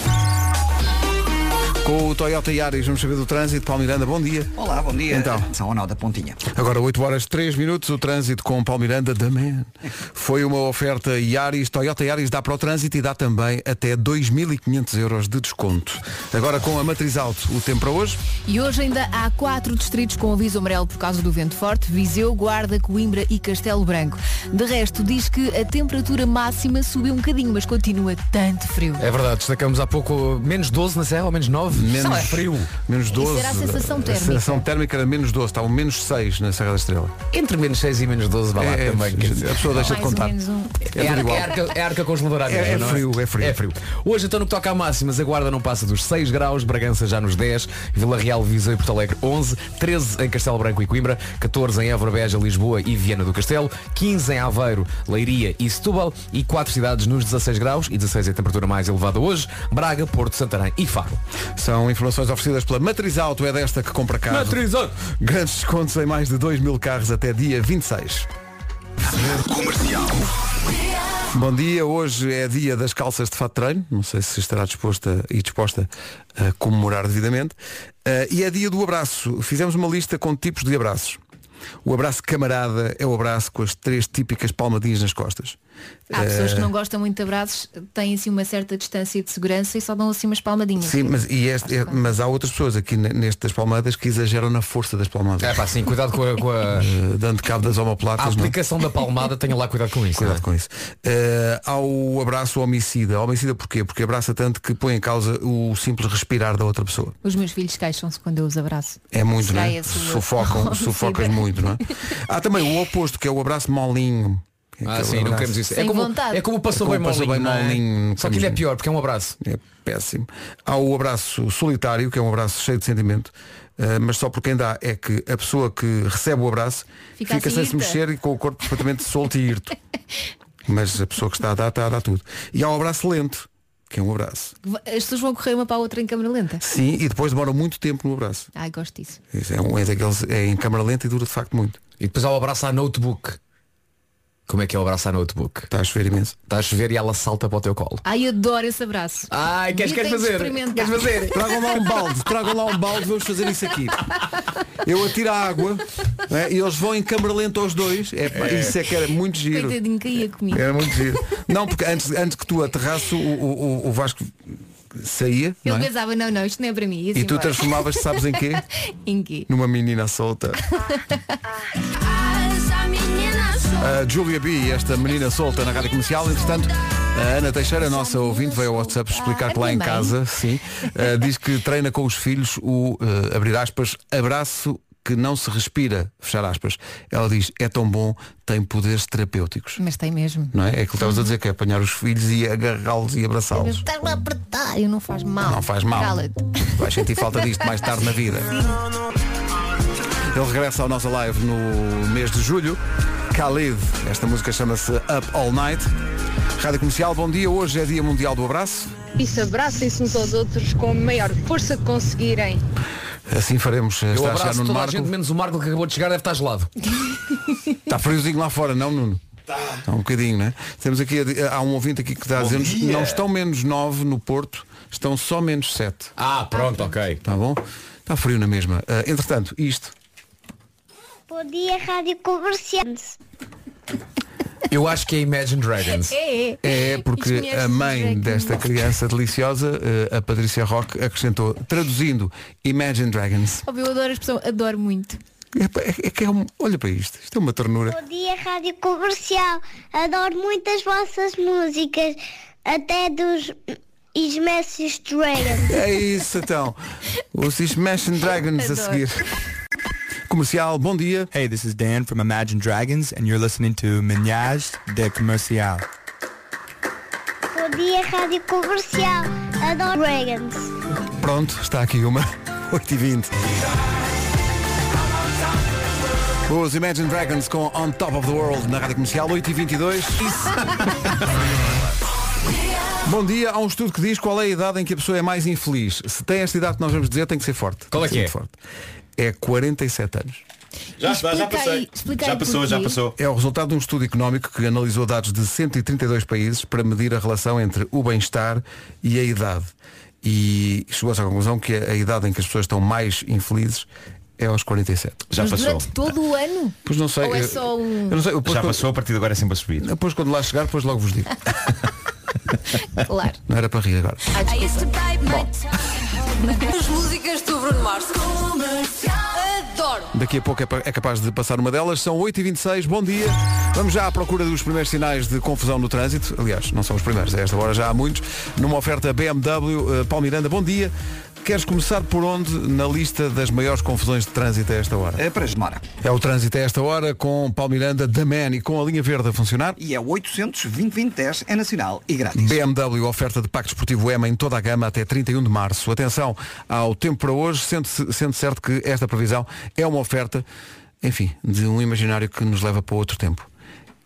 S1: Com o Toyota Yaris, vamos saber do trânsito. Paulo Miranda, bom dia.
S5: Olá, bom dia.
S1: Então.
S5: São Ronaldo da Pontinha.
S1: Agora 8 horas 3 minutos, o trânsito com o Paulo Miranda da Man. Foi uma oferta Yaris, Toyota Yaris dá para o trânsito e dá também até 2.500 euros de desconto. Agora com a Matriz Alto, o tempo para hoje.
S3: E hoje ainda há quatro distritos com aviso amarelo por causa do vento forte, Viseu, Guarda, Coimbra e Castelo Branco. De resto, diz que a temperatura máxima subiu um bocadinho, mas continua tanto frio.
S4: É verdade, destacamos há pouco menos 12 na serra ou menos é. 9.
S1: Menos
S4: frio.
S1: Menos 12.
S3: é era a sensação térmica.
S1: A sensação térmica era menos 12, estava menos 6 na Serra da Estrela.
S4: Entre menos 6 e menos 12 vai lá
S1: É, é,
S4: também. quer dizer.
S1: a pessoa deixa de
S3: Mais ou
S1: contar.
S3: menos um.
S4: É
S1: É tudo
S4: arca,
S1: igual.
S4: é arca- é arca com os
S1: É- é
S4: não
S1: frio, é frio.
S4: É frio. Hoje, então, no que toca a máximas, a Guarda não passa dos 6 graus, Bragança já nos 10, Vila Real, Viseu e Porto Alegre 11, 13 em Castelo Branco e Coimbra, 14 em Évora Beja, Lisboa e Viana do Castelo, 15 em Aveiro, Leiria e Setúbal e 4 cidades nos 16 graus e 16 é a temperatura mais elevada hoje, Braga, Porto, Santarém e Faro.
S1: São informações oferecidas pela Matriz Auto, é desta que compra carro. Grandes descontos em mais de 2 mil carros até dia 26. Bom dia, hoje é dia das calças de fato de treino, não sei se estará disposta e disposta a comemorar devidamente, Ah, e é dia do abraço. Fizemos uma lista com tipos de abraços. O abraço camarada é o abraço com as três típicas palmadinhas nas costas.
S3: Há pessoas que
S1: Eh,
S3: não gostam muito de abraços, têm assim uma certa distância de segurança e só dão assim umas palmadinhas.
S1: Sim, mas, e este- é- mas há outras pessoas aqui ne- nestas palmadas que exageram na força das palmadas.
S4: É pá, sim, cuidado com a, com a-
S1: Eh, dando cabo das
S4: a
S1: omoplatas. não é?
S4: aplicação da palmada, tenha lá cuidado com isso. é?
S6: é?
S1: Cuidado com isso. Eh, há o abraço homicida. Homicida porquê? Porque abraça tanto que põe em causa o simples respirar da outra pessoa.
S3: Os meus filhos queixam-se quando eu os abraço.
S1: É muito, não
S3: Será
S1: é?
S3: esse o meu-
S1: Sufocam, sufocas muito, não é? Há também o oposto, que é o abraço molinho.
S4: Ah,
S1: Aquele
S4: sim, não
S1: um abraço-
S4: queremos isso.
S3: Sem
S4: é, como,
S3: vontade.
S4: é como passou
S1: É como
S4: bem
S1: passou
S4: molinho.
S1: bem
S4: não é?
S1: molinho, não
S4: Só que ele é
S1: queremos-
S4: pior, porque é um abraço.
S1: É péssimo. Há o abraço solitário, que é um abraço cheio de sentimento, eh, mas só por quem dá é que a pessoa que recebe o abraço
S3: Fica
S1: fica,
S3: assim
S1: sem se
S3: irta.
S1: mexer e com o corpo completamente solto e irto. Mas a pessoa que está a dar, está a dar tudo. E há o abraço lento, que é um abraço.
S3: As pessoas vão correr uma para a outra em câmera lenta.
S1: Sim, e depois demora muito tempo no abraço.
S3: Ai, gosto disso.
S1: Isso é, um, é, daqueles, é em câmara lenta e dura de facto muito.
S4: E depois há o abraço à notebook. Como é que é o abraço à notebook?
S1: Está a chover imenso.
S4: Está a chover e ela salta para o teu colo.
S3: Ai, adoro esse abraço.
S1: Ah,
S4: Ai, queres,
S3: Eu
S4: queres
S3: tenho de
S4: fazer?
S3: experimentar.
S4: Queres fazer?
S1: Tragam lá um balde, tragam lá um balde, vamos fazer isso aqui. Eu atiro a água não é? e eles vão em câmara lenta aos dois. É, pá, Isso é que era muito giro.
S3: Coitadinho, caía comigo.
S1: Era muito giro. Não, porque antes, antes que tu aterrasse, o, o, o- o Vasco saía,
S3: Ele
S1: não é?
S3: pensava, não, não, isto não é para mim. ia-se
S1: E tu
S3: embora.
S1: transformavas, sabes em quê?
S3: Em quê?
S1: Numa menina solta.
S8: Essa menina sou
S1: A Julia B, esta menina solta na rádio comercial, entretanto. A Ana Teixeira, a nossa ouvinte, veio ao WhatsApp explicar que lá em
S3: Também.
S1: casa, sim, eh, diz que treina com os filhos o, eh, abrir aspas, abraço que não se respira, fechar aspas. Ela diz, é tão bom, tem poderes terapêuticos.
S3: Mas tem mesmo.
S1: Não é? É aquilo que estavas a dizer, que é apanhar os filhos e agarrá-los e abraçá-los.
S3: Estás-me a apertar, eu não faz mal.
S1: Não faz mal.
S3: Cala-te.
S1: Vais sentir falta disto mais tarde na vida. Ele regressa ao nosso live no mês de julho. Khalid, esta música chama-se Up All Night. Rádio Comercial, bom dia. Hoje é Dia Mundial do Abraço.
S11: Isso, abracem-se uns aos outros com a maior força que conseguirem.
S1: Assim faremos.
S4: Eu
S1: Está a chegar
S4: abraço
S1: Nuno
S4: toda a
S1: Marco.
S4: gente, menos o Marco que acabou de chegar, deve estar gelado.
S1: Está friozinho lá fora, não, Nuno?
S4: Tá.
S1: Está. Um bocadinho, né? Temos aqui, há um ouvinte aqui que está a dizer-nos não estão menos 9 no Porto, estão só menos 7.
S4: Ah, pronto, ok.
S1: Está bom? Está frio na mesma. Ah, entretanto, isto.
S8: Bom dia, Rádio Comercial.
S4: Eu acho que é Imagine Dragons.
S3: É, é.
S1: É
S3: Isto é
S1: porque
S3: conhece-se
S1: a mãe
S3: Jack.
S1: desta criança deliciosa, eh, a Patrícia Rock, acrescentou, traduzindo Imagine Dragons.
S3: Oh, eu adoro a expressão, adoro muito.
S1: É, pá, é- é que é um, olha para isto, isto é uma ternura.
S8: Bom dia, Rádio Comercial. Adoro muito as vossas músicas, até dos Smash Dragons.
S1: É isso então. Os Smash and Dragons a seguir. Comercial, bom dia.
S2: Hey, this is Dan from Imagine Dragons and you're listening to Menage de Comercial.
S8: Bom dia, Rádio Comercial. Adoro Dragons.
S1: Pronto, está aqui uma 8h20. Os Imagine Dragons com On Top of the World na Rádio Comercial 8h22. Bom dia, há um estudo que diz qual é a idade em que a pessoa é mais infeliz. Se tem esta idade que nós vamos dizer, tem que ser forte. Tem
S6: Qual é
S1: ser
S6: que
S1: muito
S6: é?
S1: Forte. É 47 anos.
S3: Já, já, já passei. já passou, já passou.
S1: É o resultado de um estudo económico que analisou dados de 132 países para medir a relação entre o bem-estar e a idade. E chegou-se à conclusão que a a idade em que as pessoas estão mais infelizes é aos 47.
S3: Já Mas durante todo o ano?
S1: Pois não sei.
S3: Ou é
S1: eu-
S3: só um-
S1: eu não sei, eu depois
S2: Já
S1: quando-
S2: passou, a partir de agora é sempre a subir.
S1: Depois quando lá chegar, depois logo vos digo.
S3: Claro.
S1: Não era para rir agora.
S3: Ah, desculpa.
S9: As músicas do Bruno Mars. Adoro.
S1: Daqui a pouco é, pa- é capaz de passar uma delas. São 8h26, bom dia. Vamos já à procura dos primeiros sinais de confusão no trânsito. Aliás, não são os primeiros, a esta hora já há muitos. Numa oferta BMW, eh, Paulo Miranda, bom dia. Queres começar por onde na lista das maiores confusões de trânsito a esta hora?
S5: Eh, Para demora.
S1: É o trânsito a esta hora com Paulo Miranda, da Man e com a linha verde a funcionar.
S5: E é 800 2010 é nacional e grátis.
S1: BMW oferta de Pacto Esportivo EMA em toda a gama até 31 de março. Atenção ao tempo para hoje, sendo, sendo certo que esta previsão é uma oferta, enfim, de um imaginário que nos leva para outro tempo,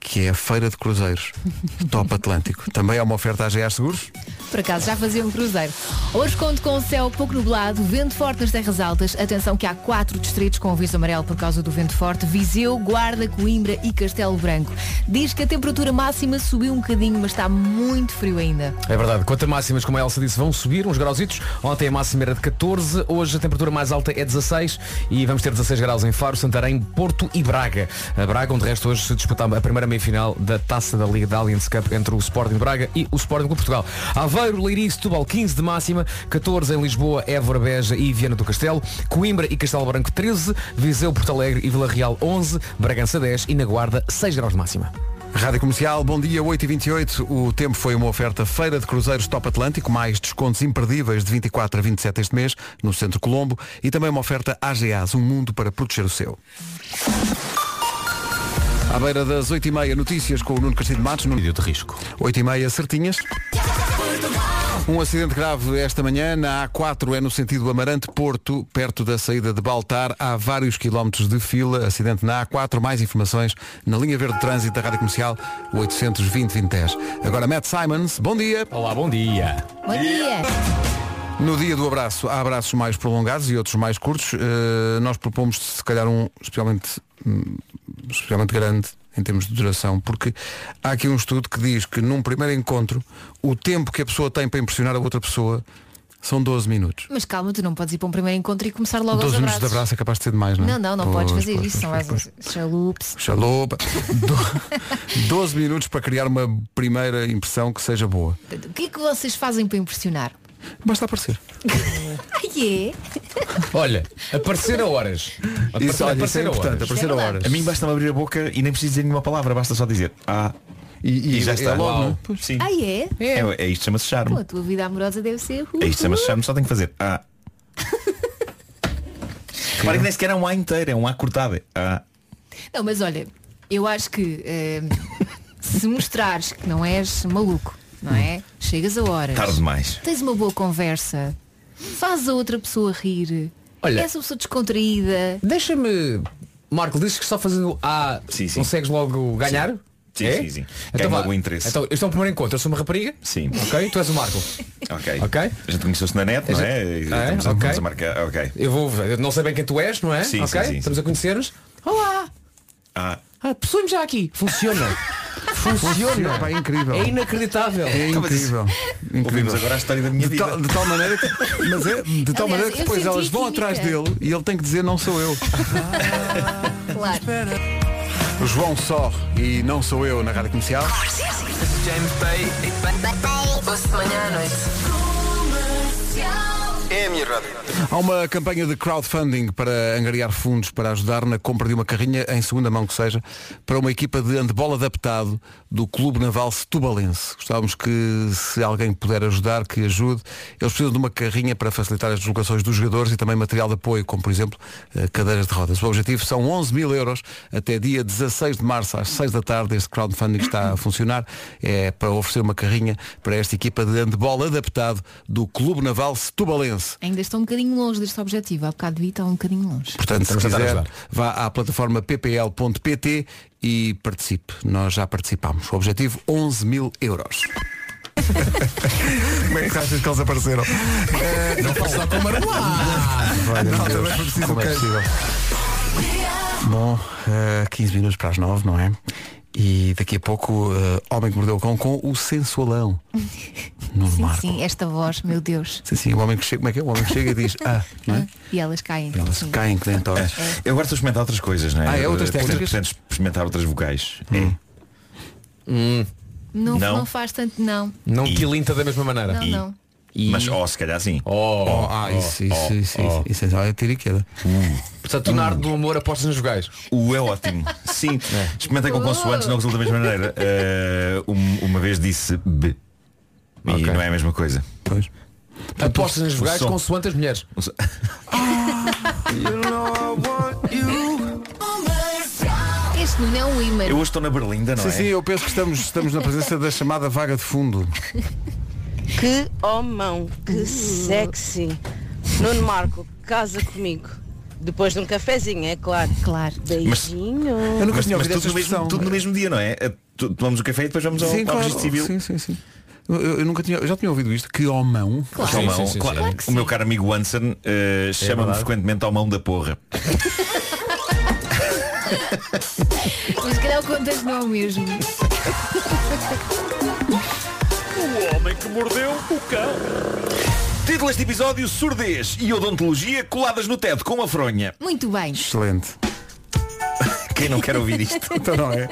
S1: que é a Feira de Cruzeiros, Top Atlântico. Também é uma oferta à GA Seguros.
S3: Por acaso já fazia um cruzeiro. Hoje conto com o céu pouco nublado, vento forte nas terras altas. Atenção que há quatro distritos com aviso amarelo por causa do vento forte. Viseu, Guarda, Coimbra e Castelo Branco. Diz que a temperatura máxima subiu um bocadinho, mas está muito frio ainda.
S6: É verdade. Quanto a máximas, como a Elsa disse, vão subir uns grauzitos. Ontem a máxima era de 14, hoje a temperatura mais alta é 16 e vamos ter 16 graus em Faro, Santarém, Porto e Braga. A Braga, onde de resto hoje se disputa a primeira meia-final da Taça da Liga da Allianz Cup entre o Sporting de Braga e o Sporting Clube de Portugal. Aveiro, Leiria e Setúbal, 15 de máxima, 14 em Lisboa, Évora, Beja e Viana do Castelo, Coimbra e Castelo Branco, 13, Viseu, Porto Alegre e Vila Real, 11, Bragança, 10 e na Guarda, 6 graus de máxima.
S1: Rádio Comercial, bom dia, 8h28. O tempo foi uma oferta Feira de Cruzeiros Top Atlântico, mais descontos imperdíveis de 24 a 27 este mês, no Centro Colombo, e também uma oferta AGAs, um mundo para proteger o seu. À beira das 8h30, notícias com o Nuno Castilho de Matos. Nuno...
S7: Vídeo de risco.
S1: 8 e meia certinhas. Um acidente grave esta manhã na A4 é no sentido Amarante-Porto, perto da saída de Baltar. Há vários quilómetros de fila. Acidente na A4. Mais informações na linha verde de trânsito da Rádio Comercial 820-2010. Agora Matt Simons, bom dia.
S6: Olá, bom dia.
S3: Bom dia!
S1: No dia do abraço há abraços mais prolongados e outros mais curtos. Eh, nós propomos se calhar um especialmente, hum, especialmente grande em termos de duração, porque há aqui um estudo que diz que num primeiro encontro o tempo que a pessoa tem para impressionar a outra pessoa são 12 minutos.
S3: Mas calma, tu não podes ir para um primeiro encontro e começar logo aos
S1: 12 minutos
S3: abraços.
S1: de abraço é capaz de ser demais, não é?
S3: Não, não, não
S1: Pois,
S3: podes fazer
S1: pois,
S3: isso,
S1: pois,
S3: são
S1: pois, pois.
S3: as chalups.
S1: Xaloba. Do- 12 minutos para criar uma primeira impressão que seja boa.
S3: O que é que vocês fazem para impressionar?
S1: Basta aparecer.
S3: Ai é?
S6: Olha, aparecer a horas.
S1: Isso, olha, isso é
S6: Aparecer a
S1: importante,
S6: horas.
S1: aparecer a
S3: verdade.
S1: horas.
S2: A mim basta-me abrir a boca e nem preciso dizer nenhuma palavra, basta só dizer. Ah,
S1: E,
S2: e já está.
S1: É logo, não é?
S6: Uau.
S2: Sim.
S3: Ai é?
S2: É, é isto chama-se
S3: Pô,
S2: charme.
S3: a tua vida amorosa deve ser.
S2: É isto chama-se charme, só tenho que fazer. Ah. Repara que nem sequer é um A inteiro, é um A cortado. é Ah.
S3: Não, mas olha, eu acho que eh, se mostrares que não és maluco, não é? Chegas a horas.
S2: Tarde demais.
S3: Tens uma boa conversa. Faz a outra pessoa rir.
S6: Olha-
S3: És uma pessoa descontraída.
S6: Deixa-me. Marco, dizes que só fazendo A
S2: Sim, sim.
S6: consegues logo ganhar?
S2: Sim, sim, sim.
S6: Então
S2: Ganho
S6: vá.
S2: logo o interesse.
S6: Então, este é um primeiro encontro. Eu sou uma rapariga?
S2: Sim.
S6: Ok? Tu és o Marco.
S2: Ok.
S6: Ok.
S2: A gente conheceu-se na net, não é? E
S6: Ah, é?
S2: estamos a-
S6: Ok.
S2: estamos a marcar. Ok.
S6: Eu vou ver. Eu não sei bem quem tu és, não é?
S2: Sim,
S6: ok?
S2: sim, sim.
S6: Estamos a conhecer-nos. Olá!
S2: Ah.
S6: Ah, pessoa-me já aqui. Funciona. Funciona.
S1: Pá, é incrível.
S6: É inacreditável.
S1: É incrível.
S2: Ouvimos
S1: incrível.
S2: agora a história da minha
S1: De
S2: vida.
S1: tal, de tal maneira que, mas é, de tal
S3: Aliás,
S1: maneira que
S3: eu
S1: depois
S3: senti
S1: elas vão
S3: química.
S1: atrás dele e ele tem que dizer não sou eu.
S3: Claro.
S1: João Só e não sou eu na rádio comercial.
S9: Fosse manhã à noite.
S10: É a minha rádio.
S1: Há uma campanha de crowdfunding para angariar fundos para ajudar na compra de uma carrinha, em segunda mão que seja, para uma equipa de handball adaptado do Clube Naval Setubalense. Gostávamos que, se alguém puder ajudar, que ajude. Eles precisam de uma carrinha para facilitar as deslocações dos jogadores e também material de apoio, como, por exemplo, eh, cadeiras de rodas. O objetivo são 11 mil euros até dia 16 de março, às 6 da tarde. Este crowdfunding está a funcionar. É para oferecer uma carrinha para esta equipa de handball adaptado do Clube Naval Setubalense.
S3: Ainda estou um bocadinho longe deste objetivo. Há bocado vi, estão um bocadinho longe.
S1: Portanto,
S4: Vamos
S1: se
S4: tentar
S1: quiser,
S4: ajudar.
S1: vá à plataforma ppl.pt e participe. Nós já participámos. O objetivo, 11 mil euros. Como é que achas que eles apareceram? não posso dar com maruá. Eh, Não, também foi preciso um queijo. Bom, eh, 15 minutos para as 9, não é? E daqui a pouco, eh, Homem que Mordeu o Cão com o sensualão. Nuno
S3: Sim,
S1: Marco.
S3: sim, esta voz, meu Deus.
S1: Sim, sim, o homem que chega, como é que é? O homem que chega e diz, ah, não é?
S3: E elas caem.
S1: Elas
S3: Sim.
S1: caem que nem toras.
S12: Eu agora estou a experimentar outras coisas, não é?
S1: Ah, é outras
S12: Eh,
S1: técnicas? Hum.
S12: Portanto, portanto, experimentar outras vocais. É. Não.
S3: Não, não. faz tanto, não.
S12: Não tilinta da mesma maneira.
S3: Não, não.
S12: Mas ó, se calhar sim.
S1: Oh, ah, isso, isso, isso, isso, isso é só é tiro e queda.
S2: oh.
S4: Portanto, o Nardo do Amor apostas nos jogais.
S12: O é ótimo. Sim.
S1: é?
S12: Experimentei com consoantes, não resulta da mesma maneira. Eh, um- uma vez disse B. E não é a mesma coisa.
S1: Pois.
S4: Apostas nas
S12: o
S4: jogais
S12: som.
S4: consoante as mulheres.
S3: Este não é um imã.
S12: Eu hoje estou na Berlinda, não
S1: sim,
S12: é?
S1: sim, eu penso que estamos, estamos na presença da chamada vaga de fundo.
S13: Que homão, que sexy. Nuno Marco, casa comigo. Depois de um cafezinho, é claro.
S3: Claro.
S13: Beijinho.
S12: mas, mas tudo, no mesmo, tudo no mesmo dia, não é? Eh, tu- Tomamos o café e depois vamos ao,
S1: Sim,
S12: ao
S1: claro.
S12: registro civil.
S1: Sim, sim, sim. Eu, eu nunca tinha, eu já tinha ouvido isto, que homão.
S12: Mas ao mão, claro, O meu caro amigo Anson eh, chama-me
S1: É verdade.
S12: frequentemente ao mão da porra.
S3: Mas se calhar o contexto não é o mesmo.
S12: O homem que mordeu o cão. Título deste episódio, surdez e odontologia coladas no teto com a fronha.
S3: Muito bem.
S1: Excelente.
S12: Quem não quer ouvir isto?
S1: então não é.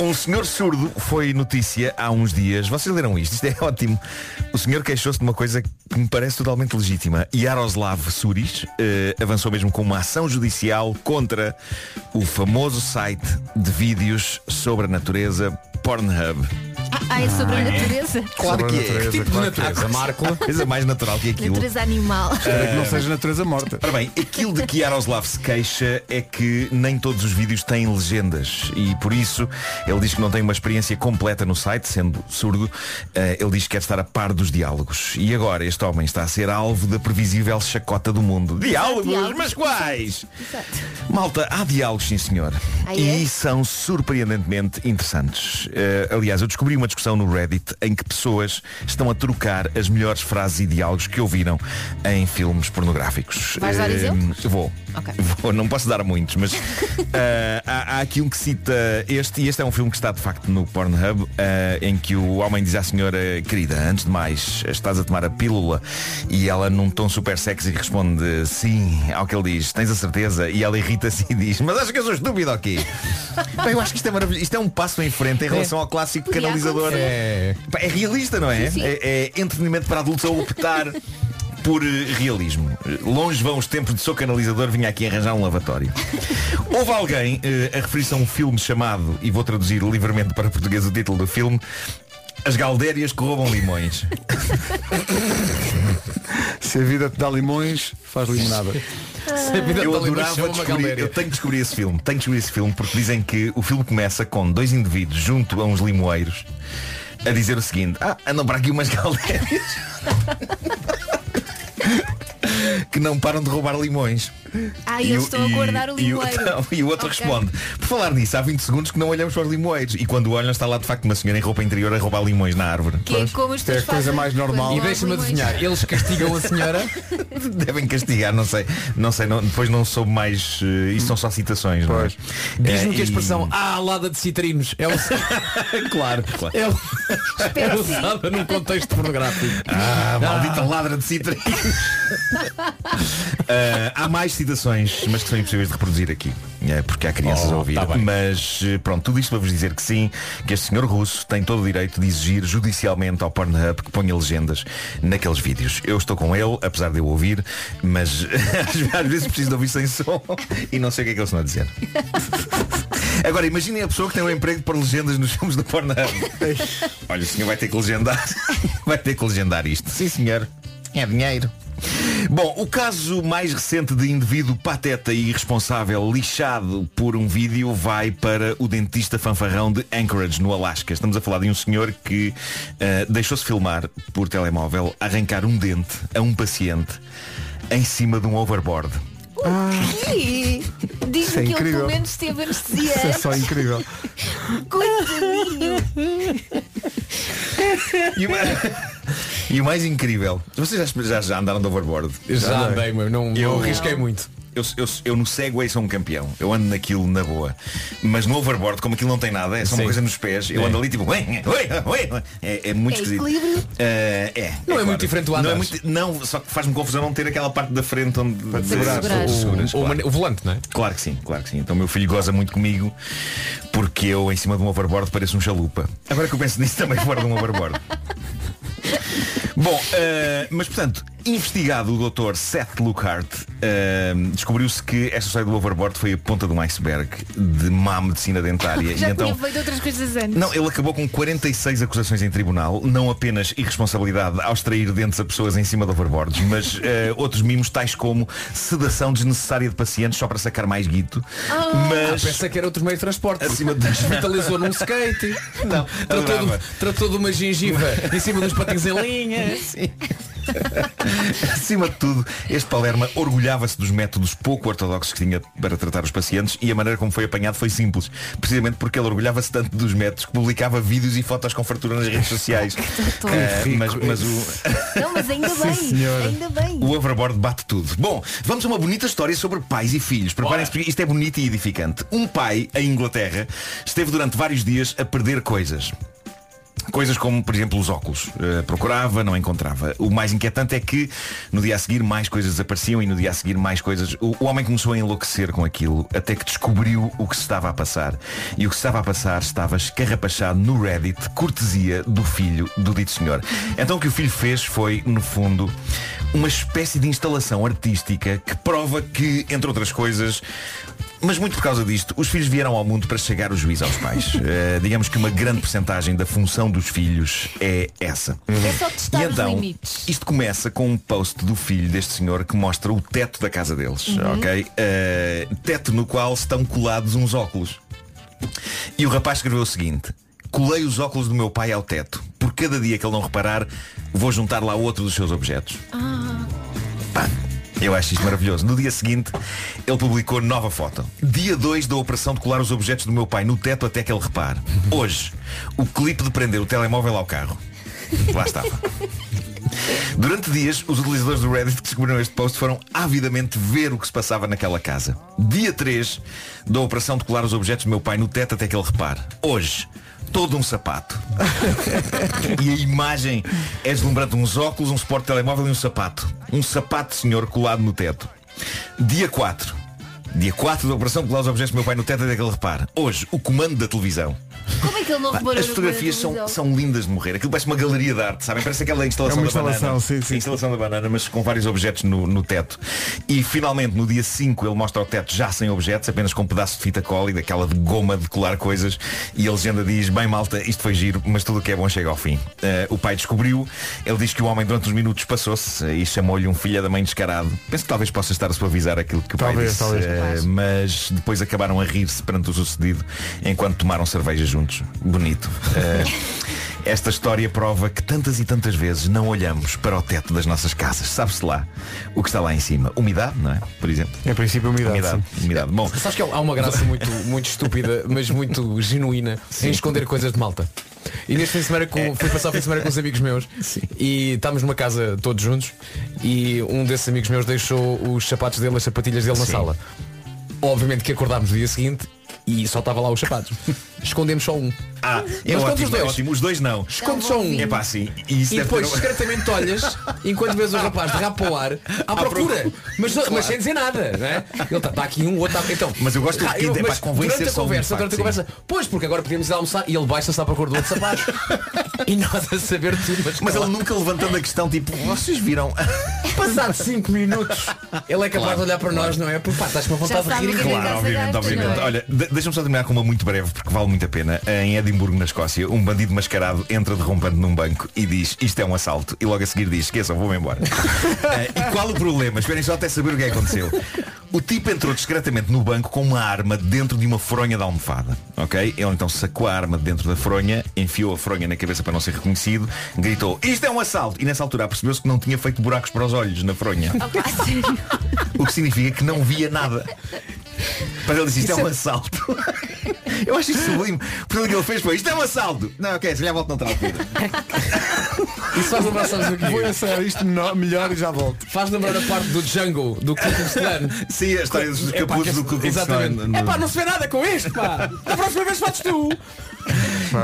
S12: Um senhor surdo foi notícia há uns dias. Vocês leram isto? Isto é ótimo. O senhor queixou-se de uma coisa que me parece totalmente legítima. Yaroslav Suris eh, avançou mesmo com uma ação judicial contra o famoso site de vídeos sobre a natureza Pornhub.
S3: Ah, é sobre a
S12: Ah, é?
S3: natureza?
S12: Claro que é. Que tipo de natureza, Marco? Coisa mais natural que aquilo.
S3: Natureza animal.
S1: Espero é. que não seja natureza morta.
S12: Ora bem, aquilo de que Yaroslav se queixa é que nem todos os vídeos têm legendas e por isso ele diz que não tem uma experiência completa no site, sendo surdo, eh, ele diz que quer estar a par dos diálogos. E agora este homem está a ser alvo da previsível chacota do mundo. Diálogos,
S10: Diálogos,
S12: mas quais? Malta, há diálogos, sim senhor.
S10: Ah, é?
S12: E são surpreendentemente interessantes. Eh, aliás, eu descobri uma discussão no Reddit em que pessoas estão a trocar as melhores frases e diálogos que ouviram em filmes pornográficos.
S10: Vais dar
S12: Eh,
S10: exemplos?
S12: Vou. Vou, Não posso dar muitos, mas eh, há, há aqui um que cita este, e este é um filme que está de facto no Pornhub, eh, em que o homem diz à senhora, querida, antes de mais, estás a tomar a pílula e ela num tom super sexy responde sim, ao que ele diz, tens a certeza? E ela irrita-se e diz, mas acho que eu sou estúpido aqui. Pá, eu acho que isto é maravilhoso. Isto é um passo em frente em relação ao clássico
S10: É. Podia
S12: canalizador.
S10: acontecer.
S12: É, Pá, é realista, não é?
S10: Sim, sim.
S12: É, é entretenimento para adultos a optar por eh, realismo. Eh, Longe vão os tempos de sou canalizador, vinha aqui arranjar um lavatório. Houve alguém eh, a referir-se a um filme chamado, e vou traduzir livremente para português o título do filme, As Galdérias que Roubam Limões.
S1: Se a vida te dá limões, faz limonada.
S12: eu adorava descobrir, eu tenho que descobrir esse filme, tenho que descobrir esse filme porque dizem que o filme começa com dois indivíduos junto a uns limoeiros a dizer o seguinte, ah, andam para aqui umas galdérias que não param de roubar limões.
S3: Ah, eles
S12: o-
S3: estão a guardar o
S12: e
S3: limoeiro.
S12: não, E o outro
S3: Ok.
S12: responde, por falar nisso, há 20 segundos que não olhamos para os limoeiros e quando olham está lá de facto uma senhora em roupa interior a roubar limões na árvore.
S3: Que é como as pessoas fazem quando vão
S12: E
S3: aos
S12: deixa-me
S3: limões.
S12: adivinhar, eles castigam a senhora? Devem castigar, não sei. Não sei, não- depois não soube mais. eh, Isto são só citações, não é?
S4: Diz-me
S12: Eh,
S4: que a
S12: e-
S4: expressão ah, alada de citrinos é o... claro,
S12: claro.
S4: É, o-
S10: Espero
S4: é
S10: que
S4: usada num contexto pornográfico.
S10: Ah.
S12: Ah, maldita ladra de citrinos. Eh, há mais citações, mas que são impossíveis de reproduzir aqui, é, porque há crianças
S10: Oh,
S12: a ouvir.
S10: tá bem.
S12: mas eh, pronto, tudo isto para vos dizer que sim, que este senhor russo tem todo o direito de exigir judicialmente ao Pornhub que ponha legendas naqueles vídeos. Eu estou com ele, apesar de eu ouvir, mas às- às vezes preciso de ouvir sem som e não sei o que é que eles estão a dizer. Agora imaginem a pessoa que tem o emprego de pôr legendas nos filmes do Pornhub. Olha, o senhor vai ter que legendar. Vai ter que legendar isto. Sim, senhor. É dinheiro. Bom, o caso mais recente de indivíduo pateta e irresponsável lixado por um vídeo vai para o dentista fanfarrão de Anchorage, no Alasca. Estamos a falar de um senhor que eh, deixou-se filmar por telemóvel arrancar um dente a um paciente em cima de um overboard.
S3: Ih,
S12: Isso é
S3: Diz-me que ele
S12: incrível. é
S3: pelo menos teve anestesia. antes.
S12: incrível.
S3: Coitadinho.
S12: E o, ma- e o mais incrível, vocês já, já, já andaram de overboard?
S4: Já andei,
S12: meu, não,
S4: não-
S12: tá eu arrisquei muito. Eu, eu, eu no Segway sou um campeão, eu ando naquilo na boa. Mas no overboard, como aquilo não tem nada, é só uma
S4: Sim.
S12: coisa nos pés, eu
S4: É.
S12: ando ali tipo, "Ué, ué, ué", é, é muito
S4: É
S12: esquisito.
S4: equilíbrio?
S12: Ah, é.
S4: Não é muito
S12: claro.
S4: diferente do
S12: não, é
S4: andares.
S12: muito, não, só que faz-me confusão não ter aquela parte da frente onde
S4: De segurar.
S12: Onde seguras,
S4: O- o
S12: claro.
S4: mane- o volante, não é?
S12: Claro que sim, claro que sim. Então o meu filho goza muito comigo porque eu em cima de um overboard pareço um chalupa. Agora que eu penso nisso também fora de um overboard. Bom, eh, mas portanto, investigado o Dr. Seth Lookhart, eh, descobriu-se que esta história do overboard foi a ponta de um iceberg de má medicina dentária.
S3: Já
S12: e
S3: tinha
S12: então
S3: feito outras coisas antes.
S12: não, ele acabou com 46 acusações em tribunal, não apenas irresponsabilidade ao extrair dentes a pessoas em cima de overboards, mas eh, outros mimos tais como sedação desnecessária de pacientes só para sacar mais guito. Mas
S6: Ah, pensa que era outro meio de transporte.
S12: Acima de...
S6: Desvitalizou num skate. Não. Tratou,
S12: adorava.
S6: de, tratou de uma gengiva em cima dos patins em linha.
S12: Acima de tudo, este Palerma orgulhava-se dos métodos pouco ortodoxos que tinha para tratar os pacientes e a maneira como foi apanhado foi simples. Precisamente porque ele orgulhava-se tanto dos métodos que publicava vídeos e fotos com fartura nas redes sociais. Eh,
S10: Que rico
S12: mas, mas o,
S3: Não, mas ainda
S10: Sim,
S3: bem.
S12: senhora.
S3: Ainda bem.
S12: o overboard bate tudo. Bom, vamos a uma bonita história sobre pais e filhos. Preparem-se porque isto é bonito e edificante. Um pai, em Inglaterra, esteve durante vários dias a perder coisas. Coisas como, por exemplo, os óculos. Eh, procurava, não encontrava. O mais inquietante é que no dia a seguir mais coisas desapareciam e no dia a seguir mais coisas. O, o homem começou a enlouquecer com aquilo até que descobriu o que se estava a passar. E o que se estava a passar estava escarrapachado no Reddit, cortesia do filho do dito senhor. Então o que o filho fez foi, no fundo, uma espécie de instalação artística que prova que, entre outras coisas, mas muito por causa disto, os filhos vieram ao mundo para chegar o juízo aos pais. Eh, digamos que uma grande porcentagem da função dos filhos é essa.
S3: É só testar
S12: e
S3: os
S12: então,
S3: limites.
S12: isto começa com um post do filho deste senhor que mostra o teto da casa deles,
S10: Uhum.
S12: ok? Eh, teto no qual estão colados uns óculos. E o rapaz escreveu o seguinte Colei os óculos do meu pai ao teto Por cada dia que ele não reparar Vou juntar lá outro dos seus objetos
S10: Ah.
S12: Eu acho isto maravilhoso No dia seguinte ele publicou nova foto Dia 2 da operação de colar os objetos do meu pai No teto até que ele repare Hoje, o clipe de prender o telemóvel ao carro Lá estava Durante dias, os utilizadores do Reddit que descobriram este post foram avidamente ver o que se passava naquela casa. Dia 3 da operação de colar os objetos do meu pai no teto até que ele repare. Hoje, todo um sapato. e a imagem é deslumbrante. Uns óculos, um suporte de telemóvel e um sapato. Um sapato, senhor, colado no teto. Dia 4. Dia 4 da operação de colar os objetos do meu pai no teto até que ele repare. Hoje, o comando da televisão.
S3: Como é que ele não
S12: Pá,
S3: reparou
S12: As
S3: no
S12: fotografias são,
S3: televisão?
S12: são lindas de morrer. Aquilo parece uma galeria de arte, sabem? Parece aquela instalação,
S1: É uma
S12: da
S1: instalação,
S12: banana. A instalação da banana, mas com vários objetos no, no teto. E finalmente, no dia 5, ele mostra o teto já sem objetos, apenas com um pedaço de fita cola e daquela de goma de colar coisas. E a legenda diz, bem malta, isto foi giro, mas tudo o que é bom chega ao fim. Eh, o pai descobriu, ele diz que o homem durante uns minutos passou-se eh, e chamou-lhe um filho da mãe descarado. Penso que talvez possa estar a suavizar aquilo que o pai
S1: Talvez,
S12: disse.
S1: talvez.
S12: eh, mas depois acabaram a rir-se perante o sucedido enquanto tomaram cerveja juntos. Bonito. Eh, esta história prova que tantas e tantas vezes não olhamos para o teto das nossas casas. Sabe-se lá o que está lá em cima. Umidade, não é? Por exemplo.
S1: Em princípio, umidade.
S12: Umidade. umidade. Bom,
S6: Sabes que há uma graça muito, muito estúpida, mas muito genuína em esconder coisas de malta. E neste fim de semana com, fui passar o fim de semana com uns amigos meus e estávamos numa casa todos juntos e um desses amigos meus deixou os sapatos dele, as sapatilhas dele na
S10: Sim.
S6: sala. Obviamente que acordámos no dia seguinte e só estava lá os sapatos. Escondemos só um.
S12: Ah, é
S4: Mas
S12: ótimo,
S4: conta os
S12: é
S4: dois.
S12: ótimo. Os dois não.
S4: Esconde só um.
S12: É pá, sim. E, isso
S4: E
S12: deve
S4: depois
S12: ter um-
S4: secretamente olhas enquanto vês o rapaz de rabo ao ar à procura. Mas, mas sem dizer nada, não é? Ele está aqui um, o outro está. Então,
S12: Mas eu gosto do
S4: Ah,
S12: kit, é
S4: mas
S12: para convencer
S4: Durante a
S12: só um,
S4: conversa,
S12: de
S4: durante a
S12: facto, sim.
S4: conversa, pois, porque agora podemos ir almoçar e ele baixa-se à procura do outro rapaz. e nós a saber tudo. Mas,
S12: Mas ele nunca levantando a questão, tipo, vocês viram.
S4: Passado 5 minutos, ele é capaz
S12: Claro,
S4: de olhar para nós, não é? Porque pá, estás com
S12: Já
S4: vontade de
S12: sabe
S4: rir.
S12: que
S4: igual.
S12: Claro, obviamente, obviamente. Olha, de- deixa-me só terminar com uma muito breve, porque vale muito a pena. Em Edimburgo, na Escócia, um bandido mascarado entra derrompando num banco e diz isto é um assalto. E logo a seguir diz, esqueçam, vou-me embora. Eh, e qual o problema? Esperem só até saber o que é que aconteceu. O tipo entrou discretamente no banco com uma arma dentro de uma fronha de almofada. Ok? Ele então sacou a arma de dentro da fronha, enfiou a fronha na cabeça para não ser reconhecido, gritou, isto é um assalto! E nessa altura percebeu-se que não tinha feito buracos para os olhos na fronha. O que significa que não via nada. Mas ele disse, isto
S10: Isso
S12: é um
S10: é-
S12: assalto. Eu acho isso sublime. Porque o que ele fez foi, isto é um assalto. Não, ok, se calhar volto noutra altura.
S4: Isso faz lembrar, sabes o quê?
S1: Vou ensaiar isto no- melhor e já volto.
S4: Faz lembrar a parte do Django, do Ku Klux Klan.
S12: Sim, a história dos
S4: É pá,
S12: capuzes
S4: que-
S12: do Ku Klux Klan.
S4: Exatamente.
S12: No-
S4: É pá, não se vê nada com este, pá. Da próxima vez fazes tu.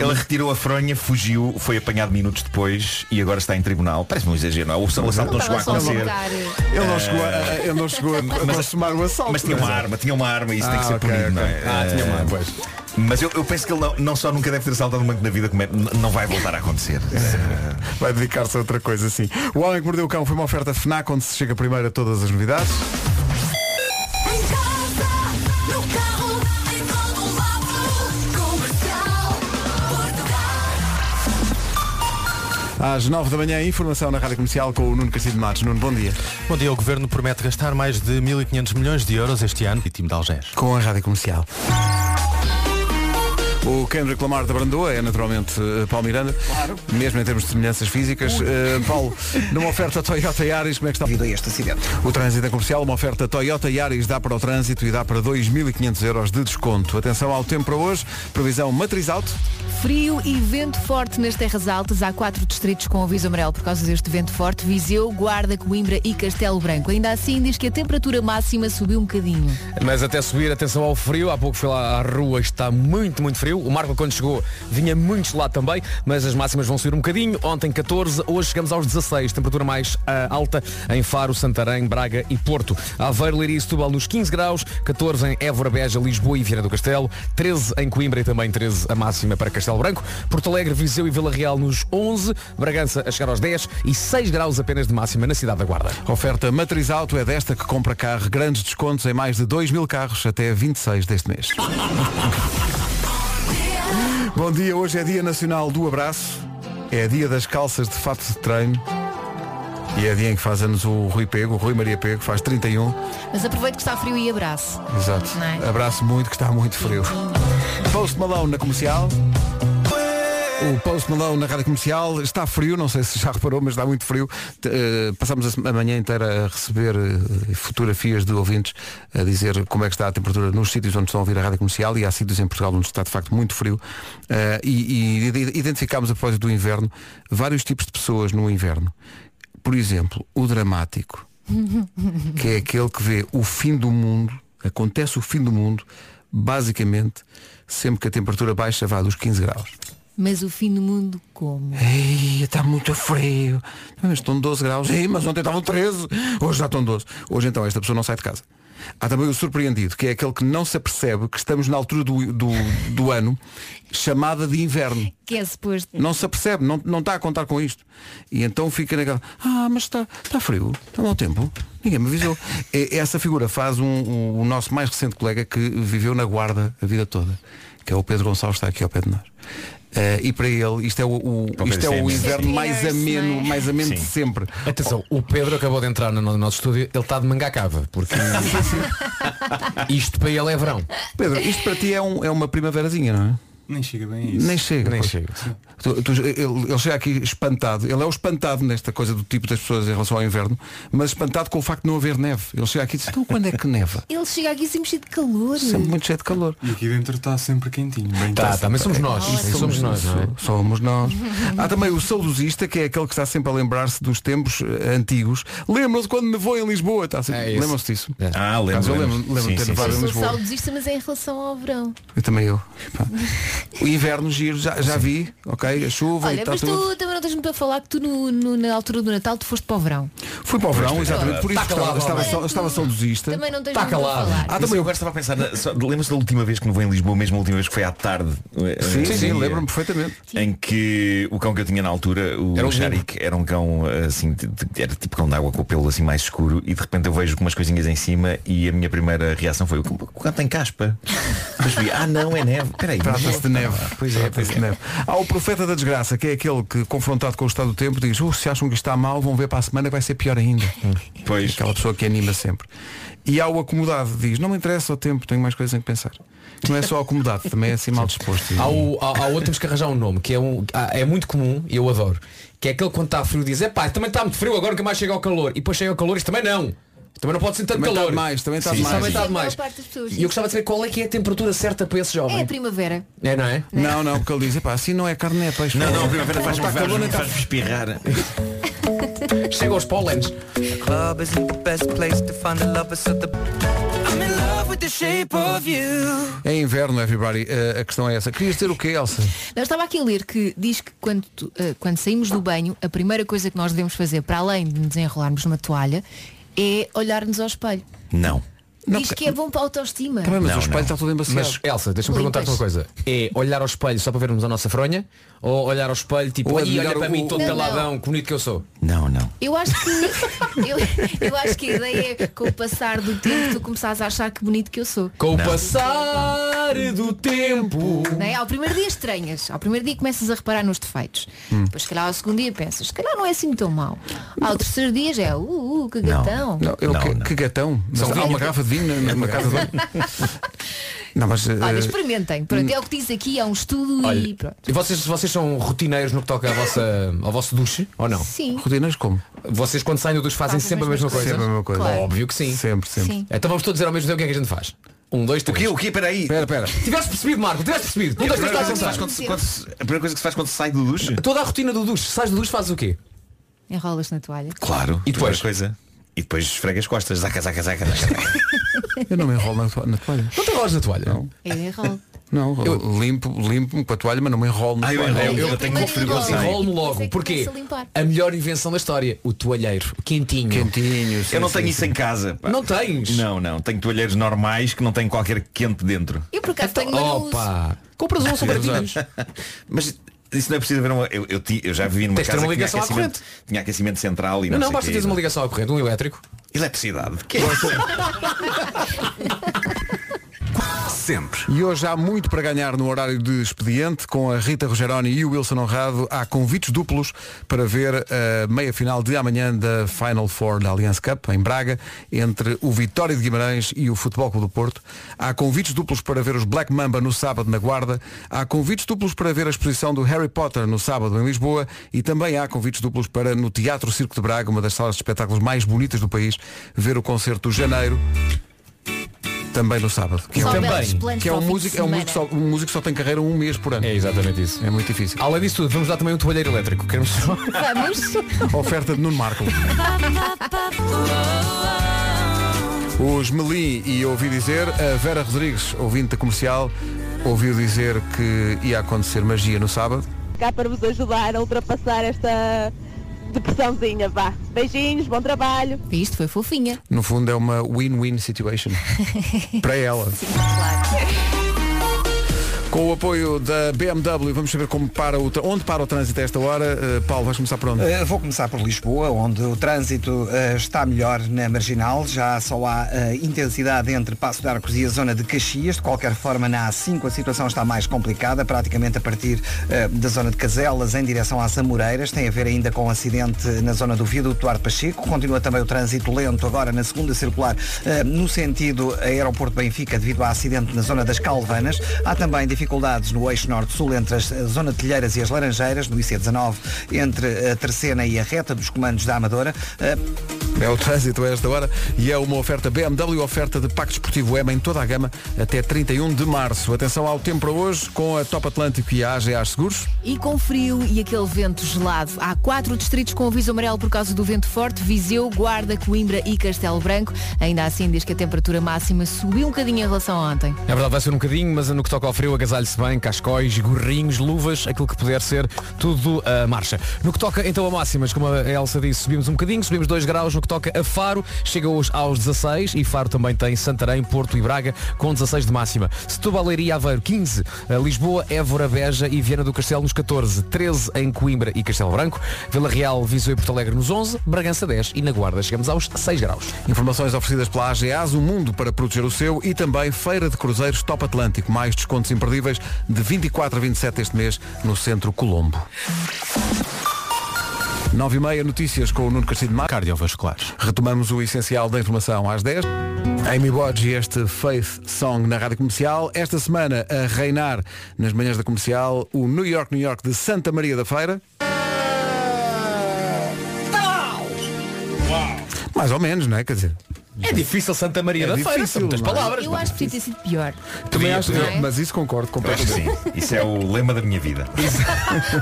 S12: Ele retirou a fronha, fugiu, foi apanhado minutos depois e agora está em tribunal. Parece um exagero, não é? O assalto não chegou a acontecer.
S1: Ele não chegou a, ele não chegou a
S12: Mas-
S1: consumar o assalto.
S12: Mas tinha uma
S1: é?
S12: arma, tinha uma arma e isso
S1: Ah,
S12: tem que ser
S1: ok,
S12: punido, não
S1: ok.
S12: é?
S1: Ah, tinha uma arma,
S12: Eh, Mas eu, eu penso que ele não, não só nunca deve ter saltado um banco na vida, como é, n- não vai voltar a acontecer.
S1: Vai dedicar-se a outra coisa, sim. O Homem que Mordeu o Cão foi uma oferta FNAC onde se chega primeiro a todas as novidades. Às 9 da manhã, informação na Rádio Comercial com o Nuno Castilho de Matos. Nuno, bom dia.
S7: Bom dia, o Governo promete gastar mais de 1.500 milhões de euros este ano e time de Algés.
S1: Com a Rádio Comercial. O Kendrick Lamar da Brandoa é naturalmente eh, Paulo Miranda, mesmo em termos de semelhanças físicas. Eh, Paulo, numa oferta Toyota Yaris, como é que está? Devido
S5: a este acidente.
S1: O trânsito é comercial, uma oferta Toyota Yaris dá para o trânsito e dá para 2.500 euros de desconto. Atenção ao tempo para hoje, previsão matriz alto.
S3: Frio e vento forte nas terras altas. Há quatro distritos com aviso amarelo por causa deste vento forte. Viseu, Guarda, Coimbra e Castelo Branco. Ainda assim, diz que a temperatura máxima subiu um bocadinho.
S6: Mas até subir, atenção ao frio. Há pouco fui lá à rua, está muito, muito frio. O Marco, quando chegou, vinha muito gelado também, mas as máximas vão subir um bocadinho. Ontem 14, hoje chegamos aos 16. Temperatura mais ah, alta em Faro, Santarém, Braga e Porto. Aveiro, Leiria e Setúbal nos 15 graus, 14 em Évora, Beja, Lisboa e Viana do Castelo, 13 em Coimbra e também 13 a máxima para Castelo Branco, Porto Alegre, Viseu e Vila Real nos 11, Bragança a chegar aos 10 e 6 graus apenas de máxima na cidade da Guarda.
S1: Oferta matriz alto é desta que compra carro, grandes descontos em mais de 2 mil carros até 26 deste mês. Bom dia, hoje é Dia Nacional do Abraço, é dia das calças de fato de treino e é dia em que faz anos o Rui Pego, o Rui Maria Pego, faz 31.
S3: Mas aproveito que está frio e abraço.
S1: Exato.
S3: Não é?
S1: Abraço muito, que está muito frio. Post Malone na comercial. O Post Malone na rádio comercial está frio, não sei se já reparou, mas está muito frio. T- eh, passamos a, se- a manhã inteira a receber eh, fotografias de ouvintes a dizer como é que está a temperatura nos sítios onde estão a ouvir a rádio comercial e há sítios em Portugal onde está de facto muito frio. Eh, e, e ide- identificámos a propósito do inverno vários tipos de pessoas no inverno. Por exemplo, o dramático que é aquele que vê o fim do mundo, acontece o fim do mundo, basicamente, sempre que a temperatura baixa vá dos 15 graus.
S3: Mas o fim do mundo como?
S1: Ei, está muito frio. Mas estão 12 graus. Ei, mas ontem estavam 13. Hoje já estão 12. Hoje então esta pessoa não sai de casa. Há também o surpreendido, que é aquele que não se apercebe que estamos na altura do, do, do ano chamada de inverno.
S3: Que é suposto.
S1: Não se apercebe, não, não está a contar com isto. E então fica naquela, ah, mas está está frio, está mau tempo. Ninguém me avisou. E- Essa figura faz um, um- o nosso mais recente colega que viveu na guarda a vida toda, que é o Pedro Gonçalves, está aqui ao pé de nós. Eh, e para ele, isto é o, o-
S6: Para o
S1: isto é
S6: Pedro,
S1: o
S6: sim, é
S1: inverno
S6: mesmo.
S1: mais
S6: Years,
S1: ameno,
S6: não é?
S1: mais ameno de
S6: Sim.
S1: sempre.
S6: Atenção, o Pedro acabou de entrar no no nosso estúdio, ele está de manga cava, porque isto para ele é verão.
S1: Pedro, isto para ti é, um- é uma primaverazinha, não é?
S2: Nem chega bem a isso.
S1: Nem chega.
S2: Nem
S1: pois.
S2: chega.
S1: Tu- tu- ele, ele chega aqui espantado. Ele é o espantado nesta coisa do tipo das pessoas em relação ao inverno, mas espantado com o facto de não haver neve. Ele chega aqui e diz, então quando é que neva?
S3: Ele chega aqui sempre cheio de calor.
S1: Sempre muito cheio de calor.
S2: E aqui dentro está sempre quentinho. bem
S1: Tá,
S2: quentinho.
S1: tá, mas somos nós. Isso somos nós, não é? Somos nós. Há também o saudosista, que é aquele que está sempre a lembrar-se dos tempos eh, antigos. Lembram-se quando nevou em Lisboa? Está sempre...
S12: esse.
S1: Lembram-se disso?
S6: É.
S12: Ah, lembro,
S1: Mas eu
S12: É lembro.
S1: lembro, lembro
S12: Sim,
S1: de ter
S12: sim, sim.
S1: nevado em
S3: Eu sou
S1: Lisboa.
S3: saudosista, mas é em relação ao verão.
S1: Eu também eu. Pá. O inverno giro, já, já vi, ok? A chuva e
S3: Olha,
S1: está
S3: mas
S1: tá tudo.
S3: tu também não tens muito a falar que tu no- no- na altura do Natal tu foste para o verão.
S1: Fui para o verão, exatamente. Por isso
S12: Tá
S1: que estava,
S12: calado,
S1: estava,
S12: homem.
S1: sal- estava saudosista.
S3: Também não tens muito a falar.
S1: Tá
S12: Ah, também eu agora estava a pensar, na- só- lembras da última vez que me vou em Lisboa, mesmo a última vez que foi à tarde? eh,
S1: Sim,
S12: eh,
S1: sim,
S12: dia,
S1: lembro-me perfeitamente.
S12: Em que o cão que eu tinha na altura, o
S1: Era um
S12: Sharik, era um cão assim, de- de- era tipo cão de água com o pelo assim mais escuro e de repente eu vejo com umas coisinhas em cima e a minha primeira reação foi, o cão, o cão tem caspa. Mas vi, ah não, é neve. Peraí,
S1: Trata-se de neve.
S12: Pois é, pois
S1: Trata-se de neve. Há o profeta da desgraça, que é aquele que, confrontado com o estado do tempo, diz, "Uh, se acham que isto está mal, vão ver para a semana que vai ser pior ainda.
S12: Pois.
S1: Aquela pessoa que anima sempre. E há o acomodado, diz, não me interessa o tempo, tenho mais coisas em que pensar. Não é só acomodado, também é assim mal disposto.
S6: Há, o, há, há outro temos que arranjar um nome que é, um, há- é muito comum e eu adoro que é aquele quando está frio diz é pá também está muito frio agora que mais chega ao calor e depois chega ao calor isto também não também não pode ser tanto
S1: Também está
S6: calor
S1: demais, também está
S6: Sim,
S1: demais.
S6: também está
S1: Sim, a
S6: demais.
S3: maior parte das pessoas.
S6: e eu gostava de saber qual é que é a temperatura certa para esse
S3: É
S6: jovem
S3: a primavera.
S6: é, não é?
S1: Não, não, porque ele diz, "Epá, assim não é carne, é peixe.
S12: Não, não, a
S1: Pô,
S12: primavera faz-me
S1: está calor,
S12: faz
S1: então."
S12: faz espirrar.
S6: Chega aos pólenes.
S10: Club isn't the best place to find the lovers, so the I'm in love with the shape of you.
S1: É inverno, everybody. Eh, a questão é essa. Querias dizer o quê, Elsa?
S3: Não, eu estava aqui a ler que diz que quando, tu- eh, quando saímos do banho, a primeira coisa que nós devemos fazer, para além de nos enrolarmos numa toalha, é olhar-nos ao espelho.
S12: Não.
S3: diz que é bom para a autoestima.
S6: Também, mas Não, o espelho não.
S1: está tudo embaciado.
S6: Mas Elsa, deixa-me
S3: Limpas.
S6: perguntar-te uma coisa. É olhar ao espelho só para vermos a nossa fronha? Ou olhar ao espelho tipo,
S12: Ou
S6: "Ai,
S12: admirar
S6: olha para
S12: o-
S6: mim todo
S3: Não,
S6: peladão, que bonito que eu sou?
S12: Não, não.
S3: Eu acho que eu, eu acho que a ideia é com o passar do tempo tu começares a achar que bonito que eu sou.
S6: Com o
S3: Não.
S6: passar do tempo.
S3: Não é? Ao primeiro dia estranhas, ao primeiro dia começas a reparar nos defeitos.
S1: Hum.
S3: Depois se calhar ao segundo dia pensas, se calhar não é assim tão mau. Ao terceiro dia já é, uh, uh que gatão.
S1: Não, eu, que, que gatão. Mas
S6: São
S1: há
S6: vinho.
S1: uma garrafa de vinho na, na casa de banho. Não, mas. eh, hum.
S3: Olha, experimentem. Pronto, é o que diz aqui, é um estudo e pronto.
S6: E vocês, vocês são rotineiros no que toca à vossa, ao vosso duche, ou não?
S3: Sim.
S1: Rotinas como?
S6: Vocês quando saem do duche fazem
S3: Fazem
S6: sempre é a
S3: as
S6: mesma
S3: mesmas coisas.
S6: coisa?
S3: Sempre a mesma coisa. Claro.
S6: Óbvio que sim.
S1: Sempre, sempre.
S3: Sim.
S6: Então vamos todos dizer ao mesmo tempo o que é que a gente faz. Um, dois, três. O que,
S12: o que, peraí?
S1: Pera, pera.
S6: Tiveste percebido, Marco, tiveste percebido. Um,
S12: E a
S6: dois, três,
S12: primeira coisa que
S6: quatro,
S12: se faz
S6: cinco,
S12: quando se- quando se- a primeira coisa que se faz quando se sai do duche?
S6: seis. Toda a rotina do duche, sais do duche, fazes o quê?
S3: Enrolas na toalha.
S12: Claro.
S6: E depois?
S12: primeira Coisa. E depois esfrega as costas. Zaca, zaca, zaca, zaca.
S1: Eu não me enrolo na, to- na toalha.
S6: Não te enrolas na toalha?
S1: Não.
S3: Eu enrolo.
S1: Não, eu limpo, limpo-me com a toalha, mas não me enrolo na
S12: Ah, eu
S1: toalha.
S12: enrolo. Eu-
S3: eu tenho que conferir o
S6: Mas
S3: Sei.
S6: enrolo-me
S3: Sei é
S6: logo.
S3: que começa
S6: Porquê?
S3: a limpar.
S6: A melhor invenção da história, o toalheiro, o quentinho.
S1: Quentinho,
S12: Eu não tenho isso em casa. pá.
S6: Não tens?
S12: Não, não. Tenho toalheiros normais que não têm qualquer quente dentro.
S3: Eu por acaso tenho uma luz.
S6: Então, Opa! Compras um, são baratinhos.
S12: Mas isso não é preciso haver uma. Eu, eu ti- eu já vivi numa
S6: Tens de ter
S12: casa
S6: uma
S12: que tinha
S6: ligação à
S12: aquecimento, tinha aquecimento central e
S6: Não,
S12: não,
S6: não,
S12: sei
S6: basta
S12: quê.
S6: teres uma ligação à corrente, um elétrico.
S12: Eletricidade. Que é Sempre.
S1: E hoje há muito para ganhar no horário de expediente com a Rita Rogeroni e o Wilson Honrado. Há convites duplos para ver a meia-final de amanhã da Final Four da Allianz Cup em Braga entre o Vitória de Guimarães e o Futebol Clube do Porto. Há convites duplos para ver os Black Mamba no sábado na Guarda. Há convites duplos para ver a exposição do Harry Potter no sábado em Lisboa e também há convites duplos para no Teatro Circo de Braga, uma das salas de espetáculos mais bonitas do país, ver o concerto Janeiro também no sábado. Que é
S3: Só
S1: um-
S3: belos
S6: Também,
S3: planos
S1: que é
S3: para o
S1: um
S3: fim de
S1: músico, é um
S3: semana.
S1: músico que só, um músico que só tem carreira um mês por ano.
S6: É
S1: É,
S6: exatamente isso.
S1: muito difícil.
S6: Além disso tudo, vamos dar também um toalheiro elétrico. Queremos só.
S3: Vamos.
S1: Oferta de Nuno Marco. Os Melim e ouvi dizer, a Vera Rodrigues, ouvinte da comercial, ouviu dizer que ia acontecer magia no sábado.
S9: Cá para vos ajudar a ultrapassar esta depressãozinha, vá. Beijinhos, bom trabalho.
S3: Isto foi fofinha.
S1: No fundo é uma win-win situation. Para ela. Com o apoio da BMW, vamos saber como para o tra- onde para o trânsito a esta hora. Eh, Paulo, vais começar por onde?
S5: Eh, Vou começar por Lisboa, onde o trânsito eh, está melhor na marginal, já só há eh, intensidade entre Passo de Arcos e a zona de Caxias. De qualquer forma, na A5 a situação está mais complicada, praticamente a partir eh, da zona de Caselas em direção às Amoreiras. Tem a ver ainda com um acidente na zona do viaduto Duarte Pacheco. Continua também o trânsito lento agora na segunda circular eh, no sentido aeroporto de Benfica devido a acidente na zona das Calvanas. Há também dificuldades no eixo norte-sul entre as- a zona de Telheiras e as Laranjeiras, no IC19 entre a Terceira e a reta dos comandos da Amadora. Eh,
S1: É o trânsito a esta hora e é uma oferta BMW, oferta de Pacto Esportivo M em toda a gama até 31 de março. Atenção ao tempo para hoje com a Top Atlântico e a AGA Seguros.
S3: E com frio e aquele vento gelado. Há quatro distritos com aviso amarelo por causa do vento forte. Viseu, Guarda, Coimbra e Castelo Branco. Ainda assim diz que a temperatura máxima subiu um bocadinho em relação a ontem.
S6: É verdade, vai ser um bocadinho, mas no que toca ao frio, agasalhe-se bem, cascóis, gorrinhos, luvas, aquilo que puder ser, tudo a marcha. No que toca então a máximas, como a Elsa disse, subimos um bocadinho, subimos 2 graus, no que toca a Faro, chega hoje aos 16 e Faro também tem Santarém, Porto e Braga com 16 de máxima. Setúbal, Leiria e Aveiro 15, eh, Lisboa, Évora, Beja e Viana do Castelo nos 14, 13 em Coimbra e Castelo Branco, Vila Real, Viseu e Porto Alegre nos 11, Bragança 10 e na Guarda chegamos aos 6 graus.
S1: Informações oferecidas pela AGAs, o mundo para proteger o seu e também Feira de Cruzeiros Top Atlântico. Mais descontos imperdíveis de 24 a 27 este mês no Centro Colombo. 9 e meia, notícias com o Nuno Castilho de Mar.
S7: Cardiovasculares.
S1: Retomamos o essencial da informação às 10. Amy Bodge e este Faith Song na Rádio Comercial. Esta semana a reinar nas manhãs da comercial o New York, New York de Santa Maria da Feira. Mais ou menos, não é? Quer dizer,
S6: É difícil Santa Maria
S1: É
S6: da Feira,
S1: difícil,
S6: são muitas
S1: não é?
S6: palavras.
S3: Eu acho que podia ter sido pior.
S1: também
S12: Podia,
S1: acho que-
S12: podia.
S1: mas isso concordo
S12: Eu acho
S1: completamente.
S12: que sim. Isso é o lema da minha vida.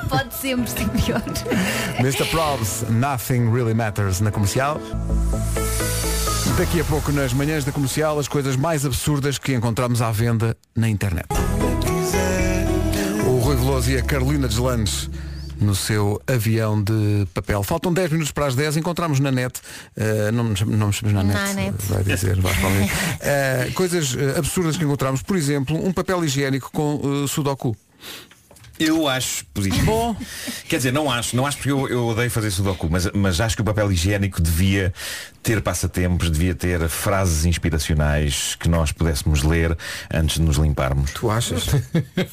S3: Pode sempre ser pior.
S1: Mr. Probs, Nothing Really Matters na comercial. Daqui a pouco, nas manhãs da comercial, as coisas mais absurdas que encontramos à venda na internet. O Rui Veloso e a Carolina Deslandes no seu avião de papel. Faltam 10 minutos para as 10, encontramos na net, eh, não, nos- não nos chamamos na net,
S3: Na net.
S1: vai dizer, vai falar. Eh, coisas eh, absurdas que encontramos, por exemplo, um papel higiênico com eh, sudoku.
S12: Eu acho positivo. Bom. Quer dizer, não acho, não acho porque eu, eu odeio fazer sudoku, mas, mas acho que o papel higiênico devia ter passatempos, devia ter frases inspiracionais que nós pudéssemos ler antes de nos limparmos.
S1: Tu achas?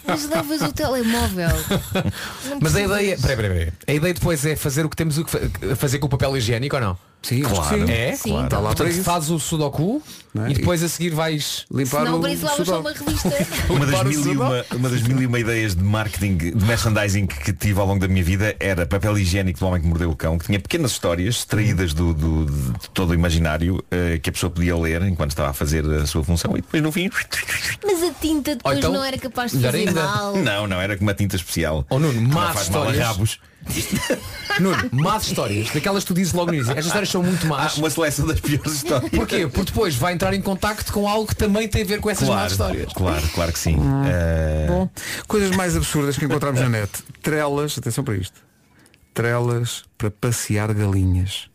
S3: Mas levas o telemóvel. Não
S6: Mas a
S3: precisas.
S6: ideia, é- peraí, peraí, peraí. A ideia depois é fazer o que temos o que fa- fazer com o papel higiênico ou não?
S1: Sim, acho que
S6: claro.
S1: sim.
S6: É?
S3: Sim. então. Claro.
S1: Está lá para
S6: Portanto,
S1: isso.
S6: fazes o sudoku
S1: Não é?
S6: e depois a seguir vais
S1: Limpar
S3: Senão
S1: o
S3: para isso levas só
S1: sudoku.
S3: uma revista.
S12: Uma das,
S1: Limpar o
S12: mil e
S1: sudoku.
S12: uma, uma das mil e uma ideias de marketing, de merchandising que tive ao longo da minha vida era papel higiênico do homem que mordeu o cão, que tinha pequenas histórias extraídas do, do- de todo o imaginário eh, que a pessoa podia ler enquanto estava a fazer a sua função e depois no fim.
S3: Mas a tinta depois
S6: então,
S3: não era capaz de
S6: melhor
S3: fazer
S6: ainda.
S3: mal.
S12: Não, não, era com uma tinta especial.
S6: Oh Nuno,
S12: Não
S6: más
S12: faz mal a
S6: histórias.
S12: rabos.
S6: Nuno, más histórias. Daquelas que tu dizes logo no início. Estas histórias são muito
S12: Há
S1: Ah,
S6: más.
S12: uma seleção das piores histórias.
S6: Porquê? Porque depois vai entrar em contacto com algo que também tem a ver com essas más histórias.
S12: claro, claro que sim. Eh,
S1: Bom, coisas mais absurdas que encontramos na net. Trelas, atenção para isto. Trelas para passear galinhas.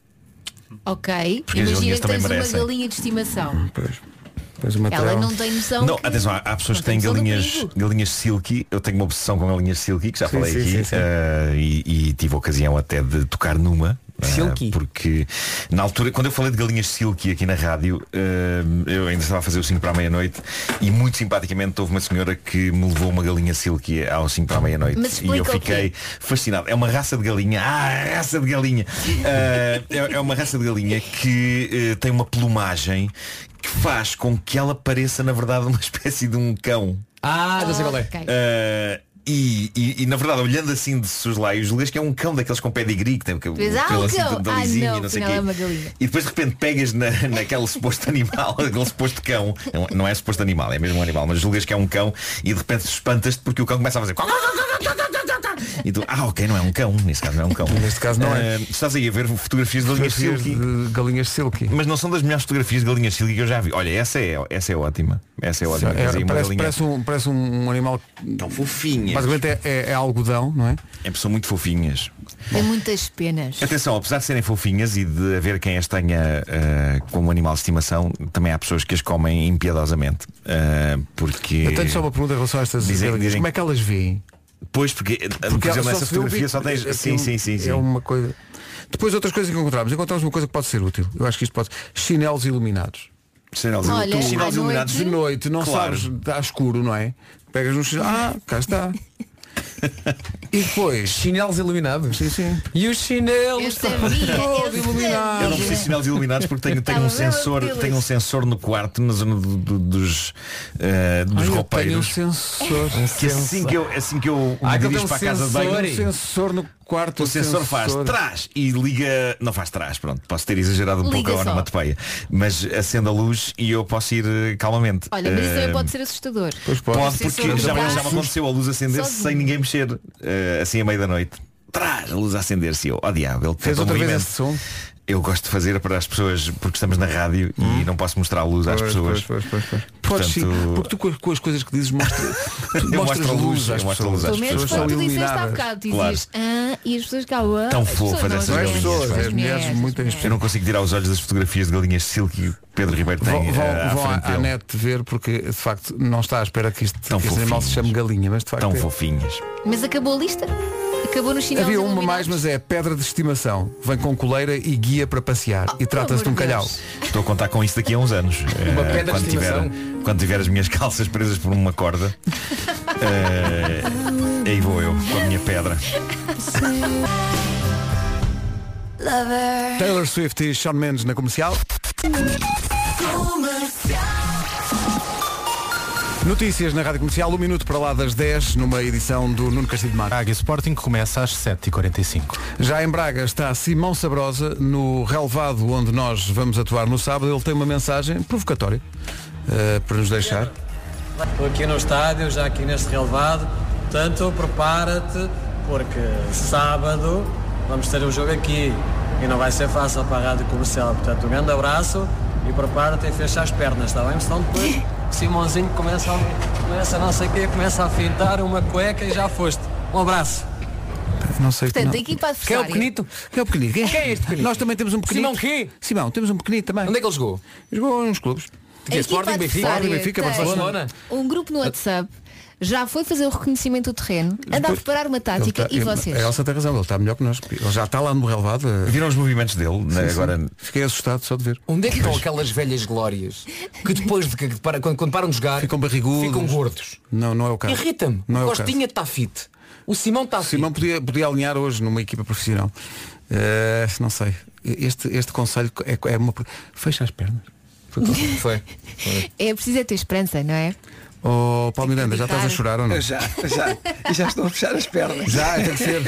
S3: Ok.
S12: Porque as
S3: Imagina
S12: galinhas
S3: que
S12: também
S3: tens uma
S12: merecem.
S3: galinha de estimação.
S1: Pois, pois uma
S3: Ela
S1: trela.
S3: não tem noção.
S12: Não,
S3: que-
S12: atenção, há, há pessoas
S3: não
S12: que têm
S3: tem noção do
S12: galinhas,
S3: perigo.
S12: galinhas silky, eu tenho uma obsessão com galinhas silky, que já
S1: Sim,
S12: falei
S1: sim,
S12: aqui,
S1: sim, sim.
S12: eh, e, e tive a ocasião até de tocar numa. eh,
S6: Silky?
S12: porque na altura, quando eu falei de galinhas silky aqui na rádio, eh, eu ainda estava a fazer o 5 para a meia-noite e muito simpaticamente houve uma senhora que me levou uma galinha silky ao 5 para a
S3: Mas
S12: meia-noite. E eu
S3: explica o
S12: fiquei
S3: quê?
S12: fascinado. É uma raça de galinha. Ah, raça de galinha. Ah, é, é uma raça de galinha que eh, tem uma plumagem que faz com que ela pareça, na verdade, uma espécie de um cão.
S6: Ah, já sei qual é.
S3: Ok.
S12: Ah, e, e- e, na verdade, olhando assim de soslaio, julgas que é um cão daqueles com pedigree, que tem o
S3: Pois, ah,
S12: pelo
S3: o
S12: assim
S3: cão.
S12: todo
S3: Ah,
S12: lisinho
S3: não,
S12: e não sei o
S3: afinal
S12: quê.
S3: é uma galinha.
S12: E depois de repente pegas na, naquele suposto animal, aquele suposto cão, não, não é suposto animal, é mesmo um animal, mas julgas que é um cão e de repente espantas-te porque o cão começa a fazer. E tu, ah ok, não é um cão, nesse caso não é um cão.
S1: Neste caso não é.
S12: Ah, estás aí a ver fotografias de galinhas
S1: Fotografias
S12: silky,
S1: de galinhas silky.
S12: mas não são das melhores fotografias de galinhas silky que eu já vi. Olha, essa é, essa é ótima. Essa é ótima. Tens aí
S1: É,
S12: uma
S1: parece,
S12: galinha
S1: parece um, parece um um animal
S12: Tão fofinhas.
S1: basicamente é, é- é algodão, não é?
S12: É, são muito fofinhas.
S3: Tem muitas penas.
S12: Atenção, apesar de serem fofinhas e de haver quem as tenha eh, como animal de estimação, também há pessoas que as comem impiedosamente. eh, porque.
S1: Eu tenho só uma pergunta em relação a estas
S12: Dizem-
S1: galinhas.
S12: dizem-
S1: Como é que elas veem?
S12: Pois, porque, eh, por
S1: elas
S12: exemplo, nessa
S1: se vê o
S12: fotografia
S1: bico.
S12: só tens.
S1: É- é
S12: sim,
S1: um-
S12: sim, sim, sim.
S1: É uma coisa. Depois outras coisas que encontramos. Encontramos uma coisa que pode ser útil. Eu acho que isto pode. Chinelos iluminados.
S12: Sinais-
S3: Olha,
S12: tu-
S3: à
S12: sinais
S3: noite-
S12: iluminados.
S1: De noite, não
S12: Claro.
S1: sabes, está escuro, não é? Pegas um chinelo. Ah, cá está. e depois.
S6: Chinelos iluminados.
S1: Sim, sim.
S6: E os
S3: Eu
S6: chinelos.
S3: sabia, eu
S1: Todo iluminado.
S12: Eu não preciso de sinais iluminados porque tenho, tenho, um,
S3: Estava bem
S12: sensor,
S3: horrível
S12: tenho um
S3: isso.
S12: sensor no quarto, na zona do- do- dos, eh, dos
S1: Ai, eu tenho um
S12: roupeiros.
S1: sensor.
S12: Que assim que eu, assim que eu
S6: Ah,
S12: me
S6: aquele
S1: então
S12: dirijo
S6: tem um
S12: para a casa de banho,
S6: sensor.
S1: um sensor no quarto
S12: o sensor, faz trás e liga. Não faz trás, pronto. Posso ter exagerado um
S3: Liga
S12: pouco a
S3: só.
S12: onomatopeia. Mas acende a luz e eu posso ir eh, calmamente.
S3: Olha, mas isso
S12: Eh,
S3: também pode ser assustador.
S12: Pode,
S3: Ser
S12: porque já,
S1: é
S3: assustador.
S12: já me aconteceu a luz acender-se
S3: Sozinho.
S12: sem ninguém mexer. eh, assim à meia da noite. Trás, a luz a acender-se e eu. Oh diabo, ele
S1: Fez
S12: tentou um
S1: outra vez
S12: movimento.
S1: esse som?
S12: Eu gosto de fazer para as pessoas, porque estamos na rádio e não posso mostrar a luz às
S1: Hum. Pois,
S12: pessoas.
S1: pois, pois, pois, pois. Podes
S12: Portanto,
S1: sim, porque tu co- com as coisas que dizes mostra, tu
S12: Eu
S1: mostras
S12: mostro a luz,
S1: luz às
S12: eu mostro a
S1: pessoas.
S12: luz às pessoas,
S1: As
S12: claro.
S1: pessoas são
S3: Tu disseste há
S1: iluminadas.
S3: bocado, dizias, ah, e as pessoas cá, ah,
S12: Tão
S3: as pessoas
S12: fofas
S3: não,
S12: essas
S1: não é?
S12: galinhas.
S1: Pessoas,
S12: pá.
S1: as mulheres, muitas
S12: Eu não consigo tirar os olhos das fotografias de galinhas silk que o Pedro Ribeiro tem.
S1: Vão, vão-
S12: eh, à
S1: vão à,
S12: frente
S1: à
S12: dele.
S1: net ver porque de facto não está à espera que este, que este animal
S12: fofinhas.
S1: se chame galinha, mas de facto.
S12: Tão
S1: é.
S12: fofinhas.
S3: Mas acabou a lista? Acabou no chinelo.
S1: Havia uma mais, mas é pedra de estimação. Vem com coleira e guia para passear. e trata-se de um
S3: Ah, amor de
S1: calhau.
S3: Deus.
S12: Estou a contar com isso daqui a uns anos.
S1: Uma
S12: Eh,
S1: pedra de
S12: quando tiver, quando tiver as minhas calças presas por uma corda. eh, aí vou eu, com a minha pedra.
S3: É.
S1: Taylor Swift e Shawn Mendes na comercial. Notícias na Rádio Comercial, um minuto para lá das 10, numa edição do Nuno Castilho de Mar.
S7: Braga e Sporting começa às 7h45.
S1: Já em Braga está Simão Sabrosa, no relevado onde nós vamos atuar no sábado. Ele tem uma mensagem provocatória eh, para nos deixar.
S14: Estou aqui no estádio, já aqui neste relevado, portanto prepara-te, porque sábado vamos ter um jogo aqui e não vai ser fácil para a rádio comercial. Portanto, um grande abraço e prepara-te e fecha as pernas, está bem? Senão depois o Simãozinho começa, a- começa não sei o quê, começa a fintar uma cueca e já foste. Um abraço.
S1: Não sei
S3: Portanto,
S1: não.
S3: a equipa
S1: Quem é o
S3: adversária.
S1: pequenito? Quem é o pequenito? Quem
S3: Quem é este pequenito?
S1: Nós também temos um pequenito.
S3: Simão quê?
S1: Simão, temos um pequenito também. Onde é que ele jogou? Jogou em uns clubes.
S3: A equipa adversária
S1: Sporting, Benfica,
S3: tem
S1: Barcelona.
S3: Um grupo no WhatsApp já foi fazer o reconhecimento do terreno, anda a preparar uma tática
S1: Ele
S3: e
S1: tá-
S3: vocês?
S1: A Elsa tem razão, ele está melhor que nós. Ele já está lá no relevado. eh,
S12: Viram os movimentos dele? né, agora-
S1: Fiquei assustado só de ver.
S15: Onde é que estão aquelas velhas glórias que depois de que que para- quando, quando param de jogar ficam
S1: barrigudos,
S15: ficam gordos?
S1: Não, não é o caso.
S15: Irrita-me.
S1: Não é
S15: o
S1: o
S15: Costinha está fit. O Simão está
S1: caso. Simão podia, podia alinhar hoje numa equipa profissional. Eh, não sei. Este, este conselho é, é uma. Fecha as pernas. Foi.
S3: É preciso é ter esperança, não é?
S1: Oh, Paulo Miranda, já estás a chorar ou não?
S5: Já, já. E já estou a fechar as pernas.
S1: Já, tem que ser.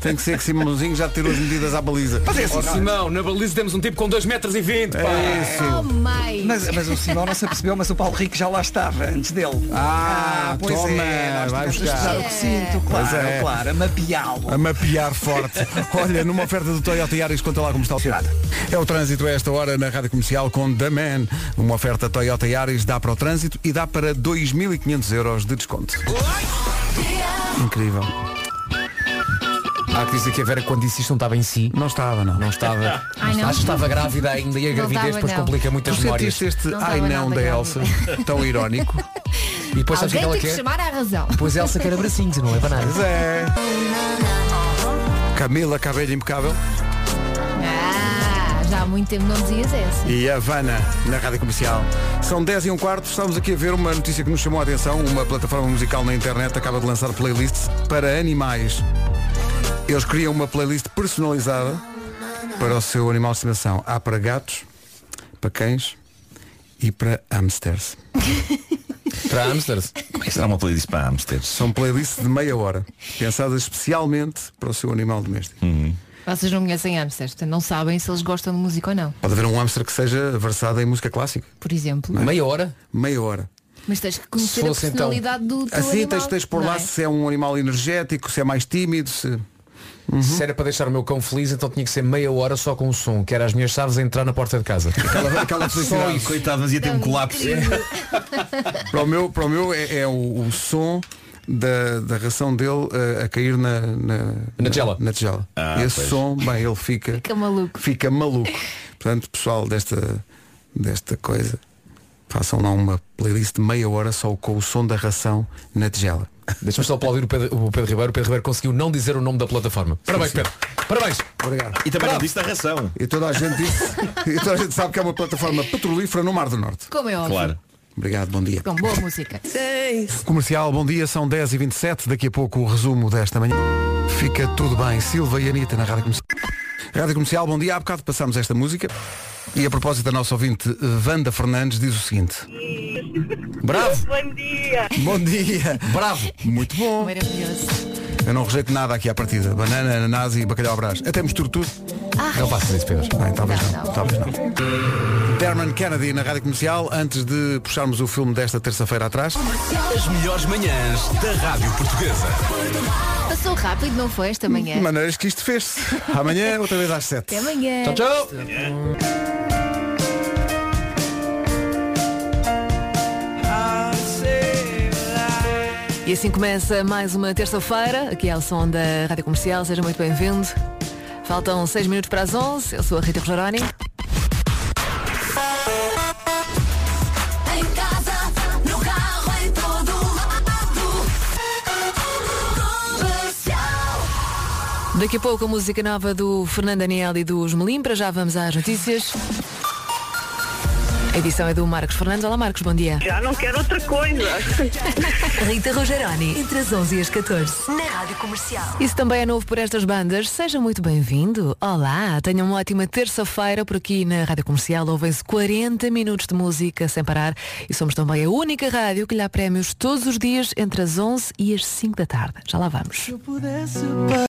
S1: Tem que ser que Simãozinho já tirou as medidas à baliza.
S15: Mas é assim,
S1: Oh, não.
S15: Simão, na baliza temos um tipo com 2 metros e 20.
S1: É.
S3: Oh, mais.
S5: Mas, mas o Simão não se apercebeu, mas o Paulo Rico já lá estava antes dele. Ah, pois
S1: toma,
S5: é, nós
S1: vai
S5: tivemos de
S1: buscar.
S5: estudar o recinto,
S1: Pois
S5: claro,
S1: é.
S5: claro, a mapeá-lo.
S1: A mapear forte. Olha, numa oferta do Toyota Yaris, conta lá como está o É o trânsito a esta hora na Rádio Comercial com The Man. Uma oferta Toyota Yaris dá para o trânsito e dá para 2.500 euros de desconto. Incrível.
S6: Há que dizer que a Vera quando disse isto não estava em si.
S1: Não estava, não.
S6: Não estava.
S3: Ai, não.
S6: Acho que estava grávida ainda e a
S3: Não
S6: gravidez
S3: estava,
S6: depois
S3: não.
S6: complica muitas
S1: Tu
S6: memórias.
S1: sentiste este
S3: Não
S1: ai
S3: estava
S1: não
S3: nada
S1: da Elsa,
S3: grávida.
S1: tão irónico.
S6: E depois sabes o que é
S3: Alguém
S6: que ela
S3: tem que
S6: quer?
S3: chamar à razão.
S6: Pois Elsa quer abracinhos, não leva nada.
S1: Pois é. Camila Cabelho Impecável
S3: Ah, já há muito tempo não dizias essa.
S1: e Havana na Rádio Comercial. São 10 e um quarto, estamos aqui a ver uma notícia que nos chamou a atenção. Uma plataforma musical na internet acaba de lançar playlists para animais. Eles criam uma playlist personalizada para o seu animal de estimação. Há para gatos, para cães e para hamsters.
S6: Para hamsters?
S12: Como é que será uma playlist para hamsters?
S1: São playlists de meia hora, pensadas especialmente para o seu animal doméstico.
S3: Vocês não conhecem hamsters, portanto não sabem se eles gostam de música ou não,
S1: Pode haver um hamster que seja versado em música clássica.
S3: por exemplo.
S1: Meia
S6: hora?
S1: Meia hora.
S3: Mas tens que conhecer a
S1: fosse, então,
S3: personalidade do teu
S1: Assim
S3: animal.
S1: tens, tens de pôr
S3: não
S1: lá
S3: é?
S1: se é um animal energético, se é mais tímido, se.
S6: Se era para deixar o meu cão feliz, então tinha que ser meia hora só com o som, que era as minhas chaves a entrar na porta de casa.
S1: Aquela, aquela
S6: Só
S1: felicidade.
S6: isso.
S12: Coitado, mas ia ter um colapso.
S1: É. para o meu, para o meu é, é o, o som da, da ração dele eh, a, cair na, na, na-
S6: tigela.
S1: na tigela.
S12: Ah,
S1: Esse
S12: pois.
S1: som, bem, ele fica,
S3: Fica maluco.
S1: fica maluco. Portanto, pessoal desta, desta coisa, façam lá uma playlist de meia hora só com o som da ração na tigela.
S6: Deixa-me só aplaudir o Pedro, o Pedro Ribeiro. O Pedro Ribeiro conseguiu não dizer o nome da plataforma. Parabéns,
S1: sim.
S6: Pedro. Parabéns.
S1: Obrigado.
S12: E também não disse da ração.
S1: E toda a gente disse, e toda a gente sabe que é uma plataforma petrolífera no Mar do Norte.
S3: Como é óbvio.
S12: Claro.
S1: Obrigado, bom dia.
S3: Com boa música.
S1: Comercial, bom dia, são 10h27, daqui a pouco o resumo desta manhã. Fica tudo bem, Silva e Anitta na Rádio Comercial. Rádio Comercial, bom dia, há bocado passámos esta música. E a propósito da nossa ouvinte, eh, Wanda Fernandes, diz o seguinte. Bravo!
S16: Bom dia.
S1: Bom dia!
S6: Bravo!
S1: Muito bom!
S3: Maravilhoso.
S1: Eu não rejeito nada aqui à partida. Banana, ananás e bacalhau à brás. Até misturo tudo.
S6: Não faças isso, Pedro.
S1: Bem, talvez Ah. não. Talvez não. Derman Kennedy na Rádio Comercial, antes de puxarmos o filme desta terça-feira atrás.
S16: As melhores manhãs da Rádio Portuguesa.
S3: Passou rápido, não foi esta manhã?
S1: De maneiras que isto fez-se. Amanhã, outra vez às sete.
S3: Até amanhã.
S1: Tchau, tchau.
S17: E assim começa mais uma terça-feira, aqui é o som da Rádio Comercial, seja muito bem-vindo. Faltam 6 minutos para as 11, eu sou a Rita Rogeroni.
S10: Em casa, no carro, em todo lado.
S17: Daqui a pouco a música nova do Fernando Daniel e dos Melimpra, já vamos às notícias. A edição é do Marcos Fernandes. Olá Marcos, bom dia.
S18: Já não quero outra coisa.
S17: Rita Rogeroni, entre as 11 e as 14.
S18: Na rádio comercial.
S17: Isso também é novo por estas bandas. Seja muito bem-vindo. Olá, tenham uma ótima terça-feira por aqui na Rádio Comercial. Ouvem-se 40 minutos de música sem parar e somos também a única rádio que lhe dá prémios todos os dias entre as 11 e as 5 da tarde. Já lá vamos.
S10: Se eu pudesse